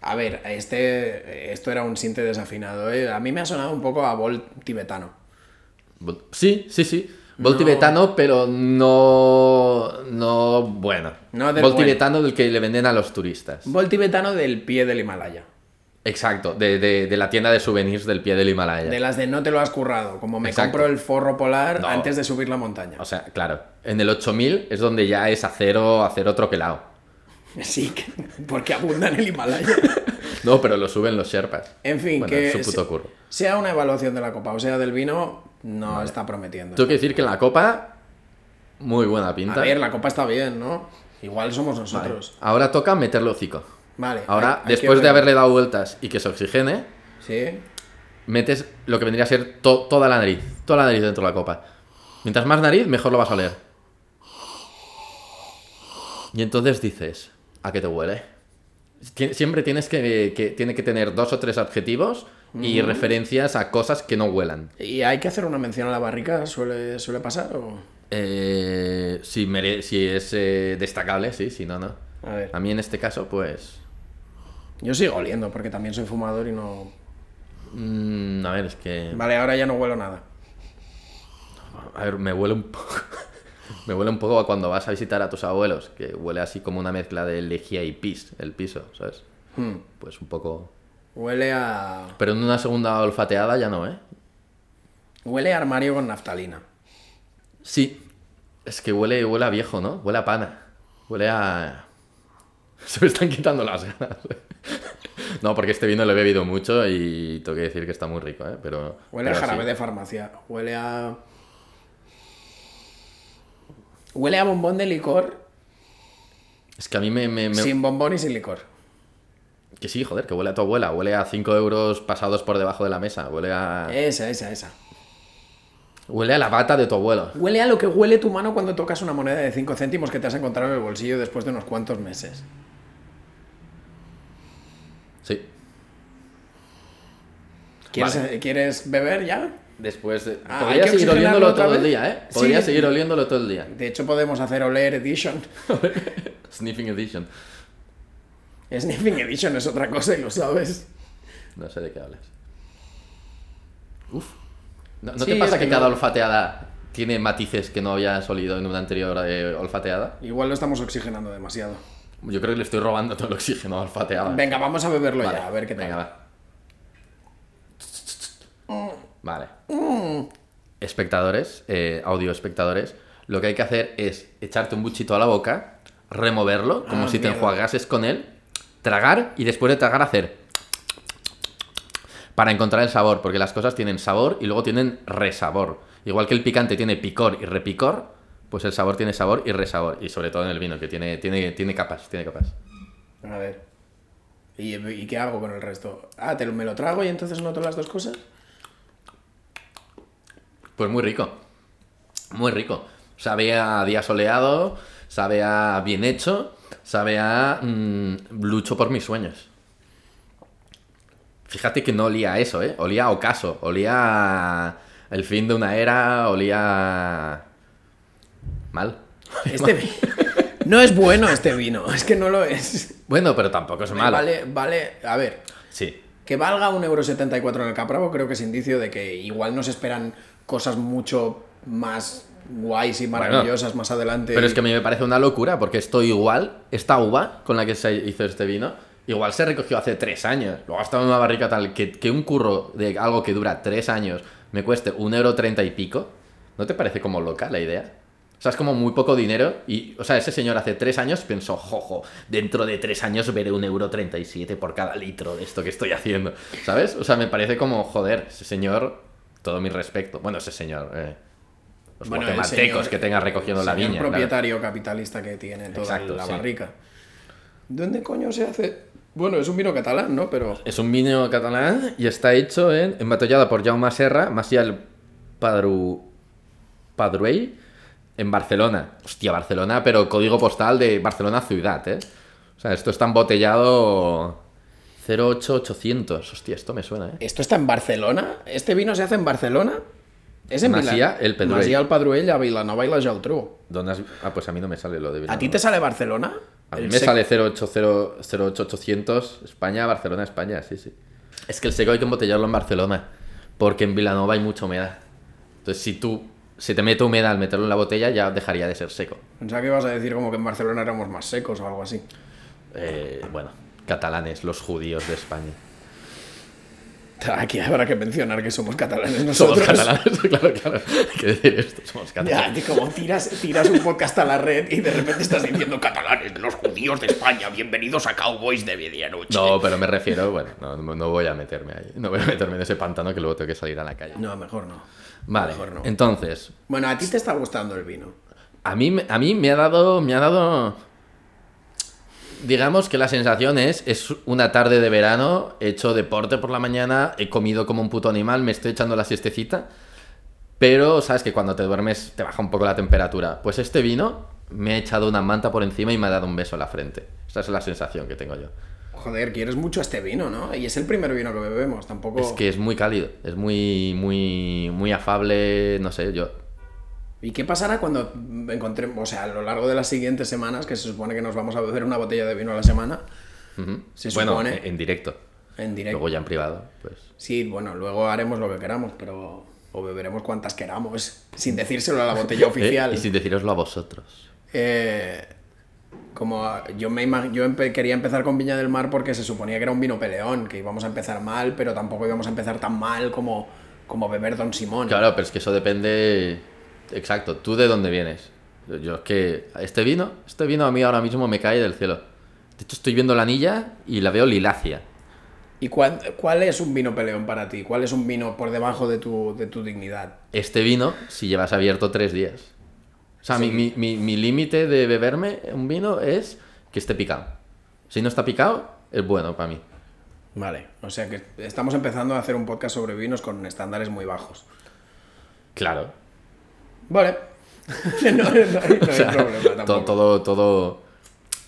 [SPEAKER 2] A ver, este, esto era un sinte desafinado. ¿eh? A mí me ha sonado un poco a bol tibetano.
[SPEAKER 1] Vol- Sí, sí, sí. Vol tibetano, pero no. No bueno.
[SPEAKER 2] No del
[SPEAKER 1] Vol
[SPEAKER 2] bueno.
[SPEAKER 1] tibetano del que le venden a los turistas.
[SPEAKER 2] Bol tibetano del pie del Himalaya.
[SPEAKER 1] Exacto, de, de- de la tienda de souvenirs del pie del Himalaya.
[SPEAKER 2] De las de no te lo has currado, como me
[SPEAKER 1] Exacto.
[SPEAKER 2] compro el forro polar
[SPEAKER 1] No.
[SPEAKER 2] antes de subir la montaña.
[SPEAKER 1] O sea, claro, en el 8000 es donde ya es acero, acero troquelado.
[SPEAKER 2] Sí, que- porque abunda en el Himalaya.
[SPEAKER 1] No, pero lo suben los Sherpas.
[SPEAKER 2] En fin,
[SPEAKER 1] Bueno,
[SPEAKER 2] que
[SPEAKER 1] es su puto
[SPEAKER 2] se-
[SPEAKER 1] curro.
[SPEAKER 2] sea una evaluación de la copa o sea del vino, no está prometiendo.
[SPEAKER 1] Tengo que decir que en la copa, muy buena
[SPEAKER 2] A
[SPEAKER 1] pinta.
[SPEAKER 2] ver, la copa está bien, ¿no? Igual somos nosotros.
[SPEAKER 1] Ahora toca meterle hocico.
[SPEAKER 2] Vale.
[SPEAKER 1] Ahora,
[SPEAKER 2] hay- hay
[SPEAKER 1] después de
[SPEAKER 2] que ver.
[SPEAKER 1] haberle dado vueltas y que se oxigene,
[SPEAKER 2] Sí.
[SPEAKER 1] metes lo que vendría a ser to- toda la nariz. Toda la nariz dentro de la copa. Mientras más nariz, mejor lo vas a oler. Y entonces dices, ¿a qué te huele? Tien- siempre tienes que, que- tiene que tener dos o tres adjetivos y referencias a cosas que no huelan.
[SPEAKER 2] ¿Y hay que hacer una mención a la barrica? ¿Suele, suele pasar? O...
[SPEAKER 1] Eh, si, mere- si es eh, destacable, sí, si no, no.
[SPEAKER 2] A ver.
[SPEAKER 1] A mí en este caso, pues...
[SPEAKER 2] Yo sigo oliendo porque también soy fumador y no.
[SPEAKER 1] mm, a ver, es que...
[SPEAKER 2] Vale, ahora ya no huelo nada.
[SPEAKER 1] A ver, me huele un poco. me huele un poco a cuando vas a visitar a tus abuelos, que huele así como una mezcla de lejía y pis, el piso, ¿sabes?
[SPEAKER 2] Hmm.
[SPEAKER 1] Pues un poco.
[SPEAKER 2] Huele a.
[SPEAKER 1] Pero en una segunda olfateada ya no, ¿eh?
[SPEAKER 2] Huele a armario con naftalina.
[SPEAKER 1] Sí. Es que huele, huele a viejo, ¿no? Huele a pana. Huele a. Se me están quitando las ganas. no, porque este vino lo he bebido mucho y tengo que decir que está muy rico, ¿eh? Pero.
[SPEAKER 2] Huele a
[SPEAKER 1] pero
[SPEAKER 2] jarabe
[SPEAKER 1] sí.
[SPEAKER 2] de farmacia. Huele a. Huele a bombón de licor
[SPEAKER 1] Es que a mí me. me- me-
[SPEAKER 2] sin bombón y sin licor.
[SPEAKER 1] Que sí, joder, que huele a tu abuela. Huele a 5 euros pasados por debajo de la mesa. Huele a.
[SPEAKER 2] Esa, esa, esa.
[SPEAKER 1] Huele a la bata de tu abuelo.
[SPEAKER 2] Huele a lo que huele tu mano cuando tocas una moneda de 5 céntimos que te has encontrado en el bolsillo después de unos cuantos meses.
[SPEAKER 1] Sí.
[SPEAKER 2] ¿Quieres,
[SPEAKER 1] Vale.
[SPEAKER 2] eh, ¿quieres beber ya?
[SPEAKER 1] Después. de-
[SPEAKER 2] Ah, ¿hay
[SPEAKER 1] Podría
[SPEAKER 2] que
[SPEAKER 1] seguir
[SPEAKER 2] oxigenarlo
[SPEAKER 1] oliéndolo
[SPEAKER 2] otra
[SPEAKER 1] todo el
[SPEAKER 2] vez?
[SPEAKER 1] día, ¿eh? Podría
[SPEAKER 2] Sí.
[SPEAKER 1] seguir oliéndolo todo el día.
[SPEAKER 2] De hecho, podemos hacer Oler Edition.
[SPEAKER 1] Sniffing Edition.
[SPEAKER 2] Sniffing Edition es otra cosa y lo sabes.
[SPEAKER 1] No sé de qué hablas. Uf. ¿No, no
[SPEAKER 2] Sí,
[SPEAKER 1] te pasa
[SPEAKER 2] es
[SPEAKER 1] que,
[SPEAKER 2] que
[SPEAKER 1] cada
[SPEAKER 2] no-
[SPEAKER 1] olfateada tiene matices que no habías olido en una anterior eh, olfateada?
[SPEAKER 2] Igual lo estamos oxigenando demasiado.
[SPEAKER 1] Yo creo que le estoy robando todo el oxígeno a la olfateada.
[SPEAKER 2] Venga, vamos a beberlo
[SPEAKER 1] Vale,
[SPEAKER 2] ya, a ver qué tal.
[SPEAKER 1] Venga, va. Vale. Espectadores, eh, audio espectadores, lo que hay que hacer es echarte un buchito a la boca, removerlo, como
[SPEAKER 2] Ah,
[SPEAKER 1] si te
[SPEAKER 2] mierda.
[SPEAKER 1] enjuagases con él, tragar y después de tragar hacer. Para encontrar el sabor, porque las cosas tienen sabor y luego tienen resabor. Igual que el picante tiene picor y repicor, pues el sabor tiene sabor y resabor. Y sobre todo en el vino, que tiene, tiene, tiene capas, tiene capas.
[SPEAKER 2] A ver. ¿Y, y qué hago con el resto? Ah, ¿te lo, ¿me lo trago y entonces noto las dos cosas?
[SPEAKER 1] Pues muy rico. Muy rico. Sabe a día soleado, sabe a bien hecho, sabe a mm, lucho por mis sueños. Fíjate que no olía a eso, ¿eh? Olía a ocaso, olía a el fin de una era, olía a- mal. Pues
[SPEAKER 2] Este vi- No es bueno este vino, es que no lo es.
[SPEAKER 1] Bueno, pero tampoco es malo.
[SPEAKER 2] Vale, vale, a ver.
[SPEAKER 1] Sí.
[SPEAKER 2] Que valga 1,74€ en el Capravo creo que es indicio de que igual nos esperan cosas mucho más guays y maravillosas más adelante.
[SPEAKER 1] Pero es que a mí me parece una locura, porque esto igual, esta uva con la que se hizo este vino, igual se recogió hace tres años. Luego estaba en una barrica tal que, que un curro de algo que dura tres años me cueste un euro treinta y pico. ¿No te parece como loca la idea? O sea, es como muy poco dinero y, o sea, ese señor hace tres años pensó, jojo, dentro de tres años veré un euro treinta y siete por cada litro de esto que estoy haciendo, ¿sabes? O sea, me parece como, joder, ese señor, todo mi respeto. Bueno, ese señor, eh, los
[SPEAKER 2] Bueno, el
[SPEAKER 1] guatemaltecos
[SPEAKER 2] señor-
[SPEAKER 1] que tenga recogiendo la
[SPEAKER 2] Señor
[SPEAKER 1] viña. claro.
[SPEAKER 2] propietario capitalista que tiene toda
[SPEAKER 1] Exacto,
[SPEAKER 2] la
[SPEAKER 1] sí.
[SPEAKER 2] barrica. ¿Dónde coño se hace? Bueno, es un vino catalán, ¿no? Pero
[SPEAKER 1] Es un vino catalán y está hecho en embatollada por Jaume Serra, Maciel Padru Padruell en Barcelona. Hostia, Barcelona, pero código postal de Barcelona ciudad, ¿eh? O sea, esto está embotellado 08800. Hostia, esto me suena, ¿eh?
[SPEAKER 2] ¿Esto está en Barcelona? ¿Este vino se hace en Barcelona? Es en
[SPEAKER 1] Macià
[SPEAKER 2] Vila-
[SPEAKER 1] el Pedruell.
[SPEAKER 2] Macià el Pedruell, a Vilanova y la Geltrú.
[SPEAKER 1] ¿Dónde has- Ah, pues a mí no me sale lo de
[SPEAKER 2] ¿A
[SPEAKER 1] Vilanova.
[SPEAKER 2] ti te sale Barcelona?
[SPEAKER 1] A mí
[SPEAKER 2] El
[SPEAKER 1] me
[SPEAKER 2] sec-
[SPEAKER 1] sale 080 08800 España, Barcelona, España, sí, sí. Es que el seco hay que embotellarlo en Barcelona, porque en Vilanova hay mucha humedad. Entonces, si tú se te mete humedad al meterlo en la botella, ya dejaría de ser seco.
[SPEAKER 2] Pensaba que ibas a decir como que en Barcelona éramos más secos o algo así.
[SPEAKER 1] Eh, bueno, catalanes, los judíos de España.
[SPEAKER 2] Aquí habrá que mencionar que somos catalanes
[SPEAKER 1] Somos
[SPEAKER 2] nosotros.
[SPEAKER 1] catalanes, claro, claro. Hay que decir esto, somos
[SPEAKER 2] Ya,
[SPEAKER 1] catalanes.
[SPEAKER 2] que como tiras, tiras un podcast a la red y de repente estás diciendo catalanes, los judíos de España, bienvenidos a Cowboys de medianoche.
[SPEAKER 1] No, pero me refiero, bueno, no, no voy a meterme ahí. No voy a meterme en ese pantano que luego tengo que salir a la calle.
[SPEAKER 2] No, mejor no.
[SPEAKER 1] Vale,
[SPEAKER 2] Mejor no.
[SPEAKER 1] entonces,
[SPEAKER 2] Bueno, a ti te está gustando el vino.
[SPEAKER 1] a mí, me- a mí me ha dado, me ha dado, digamos que la sensación es, es una tarde de verano, he hecho deporte por la mañana, he comido como un puto animal, me estoy echando la siestecita, pero sabes que cuando te duermes te baja un poco la temperatura. Pues este vino me ha echado una manta por encima y me ha dado un beso en la frente. Esa es la sensación que tengo yo.
[SPEAKER 2] Joder, quieres mucho este vino, ¿no? Y es el primer vino que bebemos, tampoco...
[SPEAKER 1] Es que es muy cálido, es muy, muy, muy afable, no sé, yo...
[SPEAKER 2] ¿Y qué pasará cuando encontremos, o sea, a lo largo de las siguientes semanas, que se supone que nos vamos a beber una botella de vino a la semana,
[SPEAKER 1] Ujú.
[SPEAKER 2] Se
[SPEAKER 1] bueno,
[SPEAKER 2] supone. Eh.
[SPEAKER 1] en- en directo.
[SPEAKER 2] en directo?
[SPEAKER 1] Luego ya en privado, pues...
[SPEAKER 2] Sí, bueno, luego haremos lo que queramos, pero... O beberemos cuantas queramos, sin decírselo a la botella oficial.
[SPEAKER 1] Eh, y sin deciroslo a vosotros.
[SPEAKER 2] Eh, como a- yo me imag- yo empe- quería empezar con Viña del Mar porque se suponía que era un vino peleón, que íbamos a empezar mal, pero tampoco íbamos a empezar tan mal como, como beber Don Simón.
[SPEAKER 1] Claro, pero es que eso depende. Exacto, tú de dónde vienes. Yo es que. Este vino, este vino a mí ahora mismo me cae del cielo. De hecho, estoy viendo la anilla y la veo lilacia.
[SPEAKER 2] ¿Y cuál, cuál es un vino peleón para ti? ¿Cuál es un vino por debajo de tu, de tu dignidad?
[SPEAKER 1] Este vino, si llevas abierto tres días. O sea, mi- mi, mi- mi límite de beberme un vino es que esté picado. Si no está picado, es bueno para mí.
[SPEAKER 2] Vale, o sea que estamos empezando a hacer un podcast sobre vinos con estándares muy bajos.
[SPEAKER 1] Claro.
[SPEAKER 2] Vale. no, no, no hay- no hay problema
[SPEAKER 1] To-
[SPEAKER 2] tampoco.
[SPEAKER 1] todo, todo.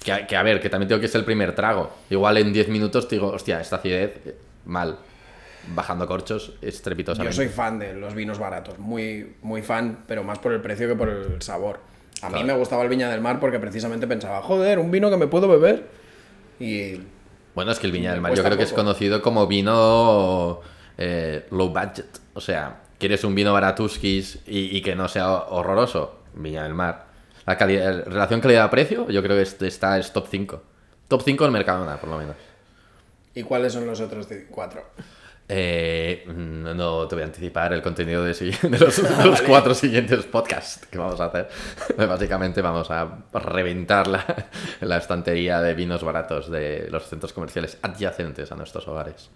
[SPEAKER 1] Que, a- que a ver, que también tengo que ser el primer trago. Igual en 10 minutos te digo, hostia, esta acidez, eh, mal. Bajando corchos
[SPEAKER 2] Yo
[SPEAKER 1] estrepitosamente.
[SPEAKER 2] soy fan de los vinos baratos, muy, muy fan, pero más por el precio que por el sabor. A mí
[SPEAKER 1] Claro.
[SPEAKER 2] me gustaba el Viña del Mar porque precisamente pensaba, joder, un vino que me puedo beber. Y
[SPEAKER 1] Bueno, es que el Viña del
[SPEAKER 2] Me
[SPEAKER 1] Mar yo
[SPEAKER 2] cuesta
[SPEAKER 1] creo que es
[SPEAKER 2] poco.
[SPEAKER 1] conocido como vino eh, low budget. O sea, quieres un vino baratuskis y, y que no sea horroroso. Viña del Mar. La calidad, relación calidad-precio, yo creo que este está es top 5. Top 5 en Mercadona, por lo menos.
[SPEAKER 2] ¿Y cuáles son los otros de- cuatro?
[SPEAKER 1] Eh, no, no te voy a anticipar el contenido de, si- de los, de los cuatro siguientes podcasts que vamos a hacer. Básicamente vamos a reventar la, la estantería de vinos baratos de los centros comerciales adyacentes a nuestros hogares.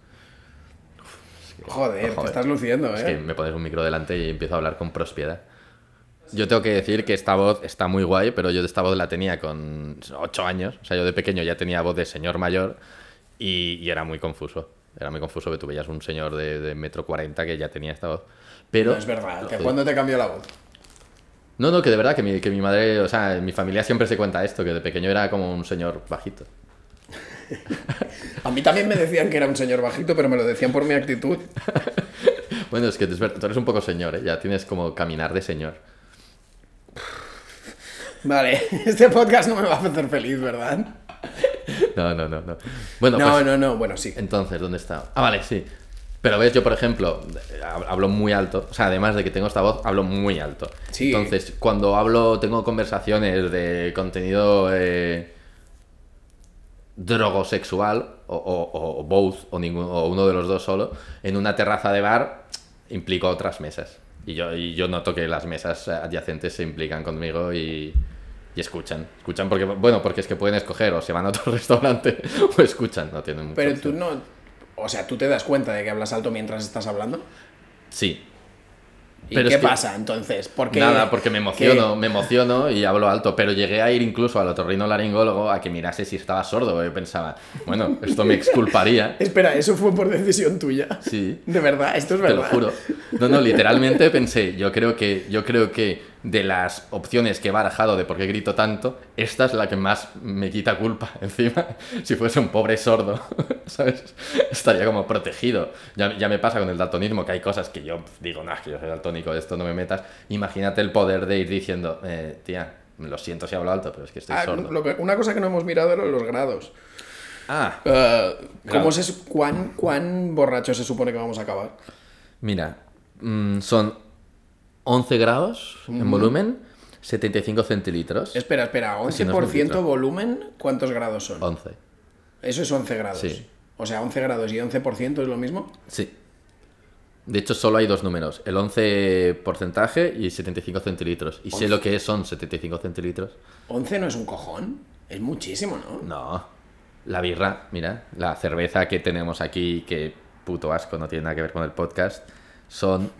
[SPEAKER 2] Joder, te
[SPEAKER 1] joder.
[SPEAKER 2] estás luciendo, ¿eh?
[SPEAKER 1] Es que me pones un micro delante y empiezo a hablar con propiedad. Yo tengo que decir que esta voz está muy guay, pero yo esta voz la tenía con 8 años. O sea, yo de pequeño ya tenía voz de señor mayor y, y era muy confuso. Era muy confuso que tú veías un señor de, de metro 40 que ya tenía esta voz. Pero,
[SPEAKER 2] No es verdad, que
[SPEAKER 1] Joder.
[SPEAKER 2] cuando te cambió la voz.
[SPEAKER 1] No, no, que de verdad que mi, que mi madre, o sea, en mi familia siempre se cuenta esto, que de pequeño era como un señor bajito.
[SPEAKER 2] A mí también me decían que era un señor bajito, pero me lo decían por mi actitud.
[SPEAKER 1] Bueno, es que es verdad, tú eres un poco señor, ¿eh? ya tienes como caminar de señor.
[SPEAKER 2] Vale, este podcast no me va a hacer feliz, ¿verdad?
[SPEAKER 1] No, no, no, no. Bueno,
[SPEAKER 2] No,
[SPEAKER 1] pues,
[SPEAKER 2] no, no, bueno, sí.
[SPEAKER 1] Entonces, ¿dónde está? Ah, vale, sí. Pero ves, yo por ejemplo, hab- hablo muy alto. O sea, además de que tengo esta voz, hablo muy alto.
[SPEAKER 2] Sí.
[SPEAKER 1] Entonces, cuando hablo, tengo conversaciones de contenido eh, drogosexual, o, o- o- o both, o, ninguno, o uno de los dos solo, en una terraza de bar, implico otras mesas. Y yo, y yo noto que las mesas adyacentes se implican conmigo y, y escuchan. Escuchan porque, bueno, porque es que pueden escoger o se van a otro restaurante o escuchan. No tienen mucha
[SPEAKER 2] Pero
[SPEAKER 1] opción.
[SPEAKER 2] tú no... O sea, tú te das cuenta de que hablas alto mientras estás hablando.
[SPEAKER 1] Sí.
[SPEAKER 2] ¿Y
[SPEAKER 1] Pero
[SPEAKER 2] qué
[SPEAKER 1] es que-
[SPEAKER 2] pasa entonces? ¿Por qué-
[SPEAKER 1] Nada, porque me emociono,
[SPEAKER 2] qué-
[SPEAKER 1] me emociono y hablo alto. Pero llegué a ir incluso al otorrino laringólogo a que mirase si estaba sordo. porque Yo pensaba, bueno, esto me exculparía.
[SPEAKER 2] Espera, eso fue por decisión tuya.
[SPEAKER 1] Sí,
[SPEAKER 2] De verdad, esto es
[SPEAKER 1] te lo
[SPEAKER 2] verdad.
[SPEAKER 1] juro. No, no, literalmente pensé, yo creo que, yo creo que de las opciones que he barajado de por qué grito tanto, esta es la que más me quita culpa encima. Si fuese un pobre sordo, ¿sabes? Estaría como protegido. Ya, ya me pasa con el daltonismo, que hay cosas que yo digo, no, es que yo soy daltónico, de esto no me metas. Imagínate el poder de ir diciendo, eh, tía, lo siento si hablo alto, pero es que estoy
[SPEAKER 2] Ah,
[SPEAKER 1] sordo.
[SPEAKER 2] lo que- una cosa que no hemos mirado eran los grados.
[SPEAKER 1] Ah,
[SPEAKER 2] Eh,
[SPEAKER 1] Claro.
[SPEAKER 2] ¿cómo se, su- cuán, ¿Cuán borracho se supone que vamos a acabar?
[SPEAKER 1] Mira, mm, son 11 grados en volumen, 75 centilitros.
[SPEAKER 2] Espera, espera,
[SPEAKER 1] Así no es
[SPEAKER 2] 11%
[SPEAKER 1] mentira.
[SPEAKER 2] volumen, ¿cuántos grados son?
[SPEAKER 1] 11.
[SPEAKER 2] Eso es 11 grados.
[SPEAKER 1] Sí.
[SPEAKER 2] O sea, 11 grados y 11% es lo mismo.
[SPEAKER 1] Sí. De hecho, solo hay dos números, el 11 porcentaje y 75 centilitros. Y sé lo que es, son 75 centilitros.
[SPEAKER 2] 11 no es un cojón. Es muchísimo, ¿no?
[SPEAKER 1] No. La birra, mira, la cerveza que tenemos aquí, que puto asco, no tiene nada que ver con el podcast, son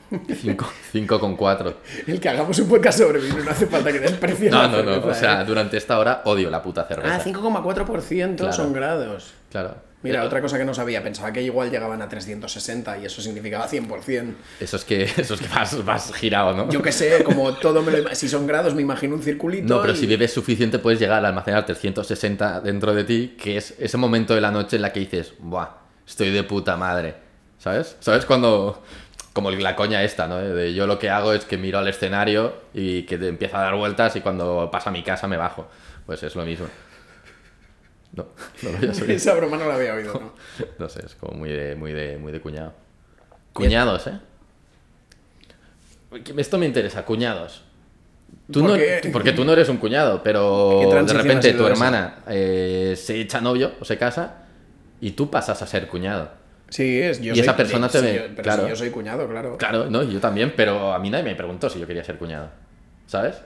[SPEAKER 1] 5,4.
[SPEAKER 2] El que hagamos un podcast sobre vino no hace falta que desprecies.
[SPEAKER 1] No,
[SPEAKER 2] la
[SPEAKER 1] no, no.
[SPEAKER 2] cerveza,
[SPEAKER 1] O sea,
[SPEAKER 2] ¿eh?
[SPEAKER 1] durante esta hora odio la puta
[SPEAKER 2] Ah,
[SPEAKER 1] cerveza.
[SPEAKER 2] 5,4% son grados.
[SPEAKER 1] Claro.
[SPEAKER 2] Mira,
[SPEAKER 1] Eh,
[SPEAKER 2] otra cosa que no sabía, pensaba que igual llegaban a 360 y eso significaba 100%.
[SPEAKER 1] Eso es que, eso es que vas, vas girado, ¿no?
[SPEAKER 2] Yo qué sé, como todo me lo- Si son grados, me imagino un circulito.
[SPEAKER 1] No, pero
[SPEAKER 2] y-
[SPEAKER 1] si bebes suficiente puedes llegar a almacenar 360 dentro de ti, que es ese momento de la noche en la que dices, ¡buah! Estoy de puta madre. ¿Sabes? ¿Sabes cuando.? Como la coña esta, ¿no? De, de yo lo que hago es que miro al escenario y que te empieza a dar vueltas y cuando pasa a mi casa me bajo. Pues es lo mismo. No, no lo voy a subir.
[SPEAKER 2] Esa broma no la había oído, ¿no?
[SPEAKER 1] No sé, es como muy de, muy de, muy de cuñado. Cuñados, ¿eh? Esto me interesa, cuñados. Tú
[SPEAKER 2] ¿Por
[SPEAKER 1] no,
[SPEAKER 2] qué?
[SPEAKER 1] porque tú no eres un cuñado,
[SPEAKER 2] ¿Qué
[SPEAKER 1] pero de
[SPEAKER 2] transición ha
[SPEAKER 1] repente tu
[SPEAKER 2] sido esa?
[SPEAKER 1] hermana eh, se echa novio o se casa y tú pasas a ser cuñado.
[SPEAKER 2] Sí, es. Yo
[SPEAKER 1] Y
[SPEAKER 2] soy-
[SPEAKER 1] esa persona
[SPEAKER 2] sí,
[SPEAKER 1] te ve,
[SPEAKER 2] yo- pero
[SPEAKER 1] claro.
[SPEAKER 2] si yo soy cuñado, claro.
[SPEAKER 1] Claro, no, yo también, pero a mí nadie me preguntó si yo quería ser cuñado, ¿sabes?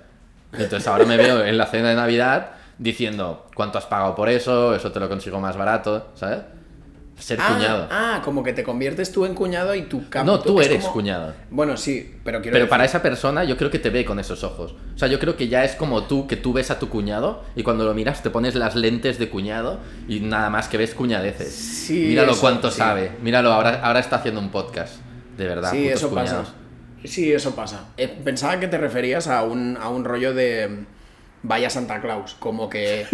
[SPEAKER 1] Entonces ahora me veo en la cena de Navidad diciendo cuánto has pagado por eso, eso te lo consigo más barato, ¿sabes? Ser
[SPEAKER 2] Ah,
[SPEAKER 1] cuñado.
[SPEAKER 2] ah, como que te conviertes tú en cuñado y tu campo.
[SPEAKER 1] no, tú
[SPEAKER 2] es
[SPEAKER 1] eres
[SPEAKER 2] como-
[SPEAKER 1] cuñado.
[SPEAKER 2] Bueno, sí, pero quiero.
[SPEAKER 1] Pero
[SPEAKER 2] decir-
[SPEAKER 1] para esa persona yo creo que te ve con esos ojos. O sea, yo creo que ya es como tú, que tú ves a tu cuñado y cuando lo miras te pones las lentes de cuñado y nada más que ves cuñadeces.
[SPEAKER 2] Sí,
[SPEAKER 1] míralo
[SPEAKER 2] eso,
[SPEAKER 1] cuánto
[SPEAKER 2] sí.
[SPEAKER 1] sabe, míralo, ahora, ahora está haciendo un podcast. De verdad.
[SPEAKER 2] Sí,
[SPEAKER 1] putos
[SPEAKER 2] eso
[SPEAKER 1] cuñados.
[SPEAKER 2] pasa. Sí, eso pasa. Eh, Pensaba que te referías a un, a un rollo de mm, vaya Santa Claus, como que,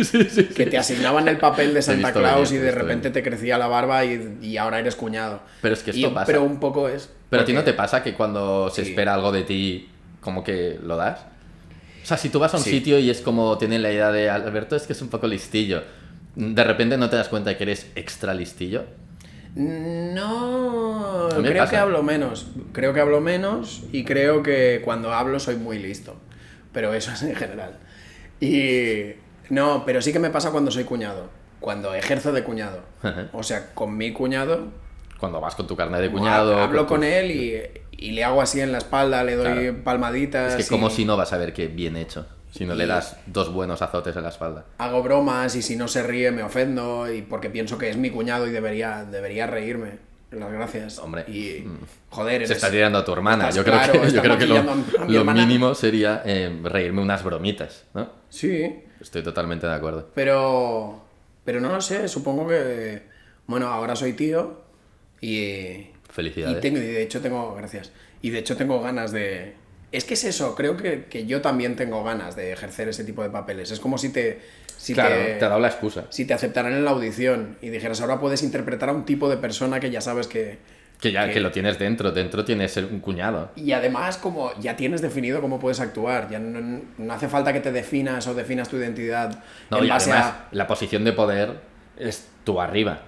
[SPEAKER 2] que te asignaban el papel de Santa
[SPEAKER 1] visto
[SPEAKER 2] Claus
[SPEAKER 1] venir, te
[SPEAKER 2] y
[SPEAKER 1] he
[SPEAKER 2] de
[SPEAKER 1] visto
[SPEAKER 2] repente te crecía la barba y, y ahora eres cuñado.
[SPEAKER 1] Pero es que esto
[SPEAKER 2] Y-
[SPEAKER 1] pasa.
[SPEAKER 2] Pero un poco es.
[SPEAKER 1] Pero a ti no
[SPEAKER 2] porque-
[SPEAKER 1] te pasa que cuando se
[SPEAKER 2] Sí.
[SPEAKER 1] espera algo de ti, como que lo das. O sea, si tú vas a un
[SPEAKER 2] Sí.
[SPEAKER 1] sitio y es como tienen la idea de Alberto, es que es un poco listillo. De repente no te das cuenta que eres extra listillo.
[SPEAKER 2] No,
[SPEAKER 1] A mí me
[SPEAKER 2] creo
[SPEAKER 1] pasa.
[SPEAKER 2] que hablo menos. Creo que hablo menos y creo que cuando hablo soy muy listo. Pero eso es en general. Y no, pero sí que me pasa cuando soy cuñado, cuando ejerzo de cuñado.
[SPEAKER 1] Ajá.
[SPEAKER 2] O sea, con mi cuñado
[SPEAKER 1] Cuando vas con tu carne de cuñado.
[SPEAKER 2] hablo
[SPEAKER 1] tu-
[SPEAKER 2] con él y, y le hago así en la espalda, le doy
[SPEAKER 1] Claro.
[SPEAKER 2] palmaditas.
[SPEAKER 1] Es que
[SPEAKER 2] y
[SPEAKER 1] como si no vas a ver que bien hecho, si no le das dos buenos azotes en la espalda.
[SPEAKER 2] hago bromas y si no se ríe me ofendo y porque pienso que es mi cuñado y debería debería reírme. Las gracias.
[SPEAKER 1] Hombre, Mm.
[SPEAKER 2] y joder,
[SPEAKER 1] Se
[SPEAKER 2] eres-
[SPEAKER 1] está tirando a tu hermana.
[SPEAKER 2] estás
[SPEAKER 1] Yo creo
[SPEAKER 2] claro,
[SPEAKER 1] que, yo
[SPEAKER 2] estás
[SPEAKER 1] creo que lo,
[SPEAKER 2] maquillando a mi
[SPEAKER 1] lo
[SPEAKER 2] hermana.
[SPEAKER 1] mínimo sería eh, reírme unas bromitas, ¿no?
[SPEAKER 2] Sí,
[SPEAKER 1] Estoy totalmente de acuerdo.
[SPEAKER 2] Pero. Pero no lo sé, supongo que. Bueno, ahora soy tío y.
[SPEAKER 1] Felicidades.
[SPEAKER 2] Y, tengo- y de hecho tengo. Gracias. Y de hecho tengo ganas de. Es que es eso, creo que, que yo también tengo ganas de ejercer ese tipo de papeles. Es como si te. Si
[SPEAKER 1] claro,
[SPEAKER 2] te,
[SPEAKER 1] te ha dado la excusa.
[SPEAKER 2] Si te aceptaran en la audición y dijeras, ahora puedes interpretar a un tipo de persona que ya sabes que.
[SPEAKER 1] Que ya
[SPEAKER 2] que-
[SPEAKER 1] que lo tienes dentro, dentro tienes el- un cuñado.
[SPEAKER 2] Y además, como ya tienes definido cómo puedes actuar, ya no, no hace falta que te definas o definas tu identidad
[SPEAKER 1] No,
[SPEAKER 2] en
[SPEAKER 1] y
[SPEAKER 2] base
[SPEAKER 1] además,
[SPEAKER 2] a.
[SPEAKER 1] la posición de poder es tú arriba.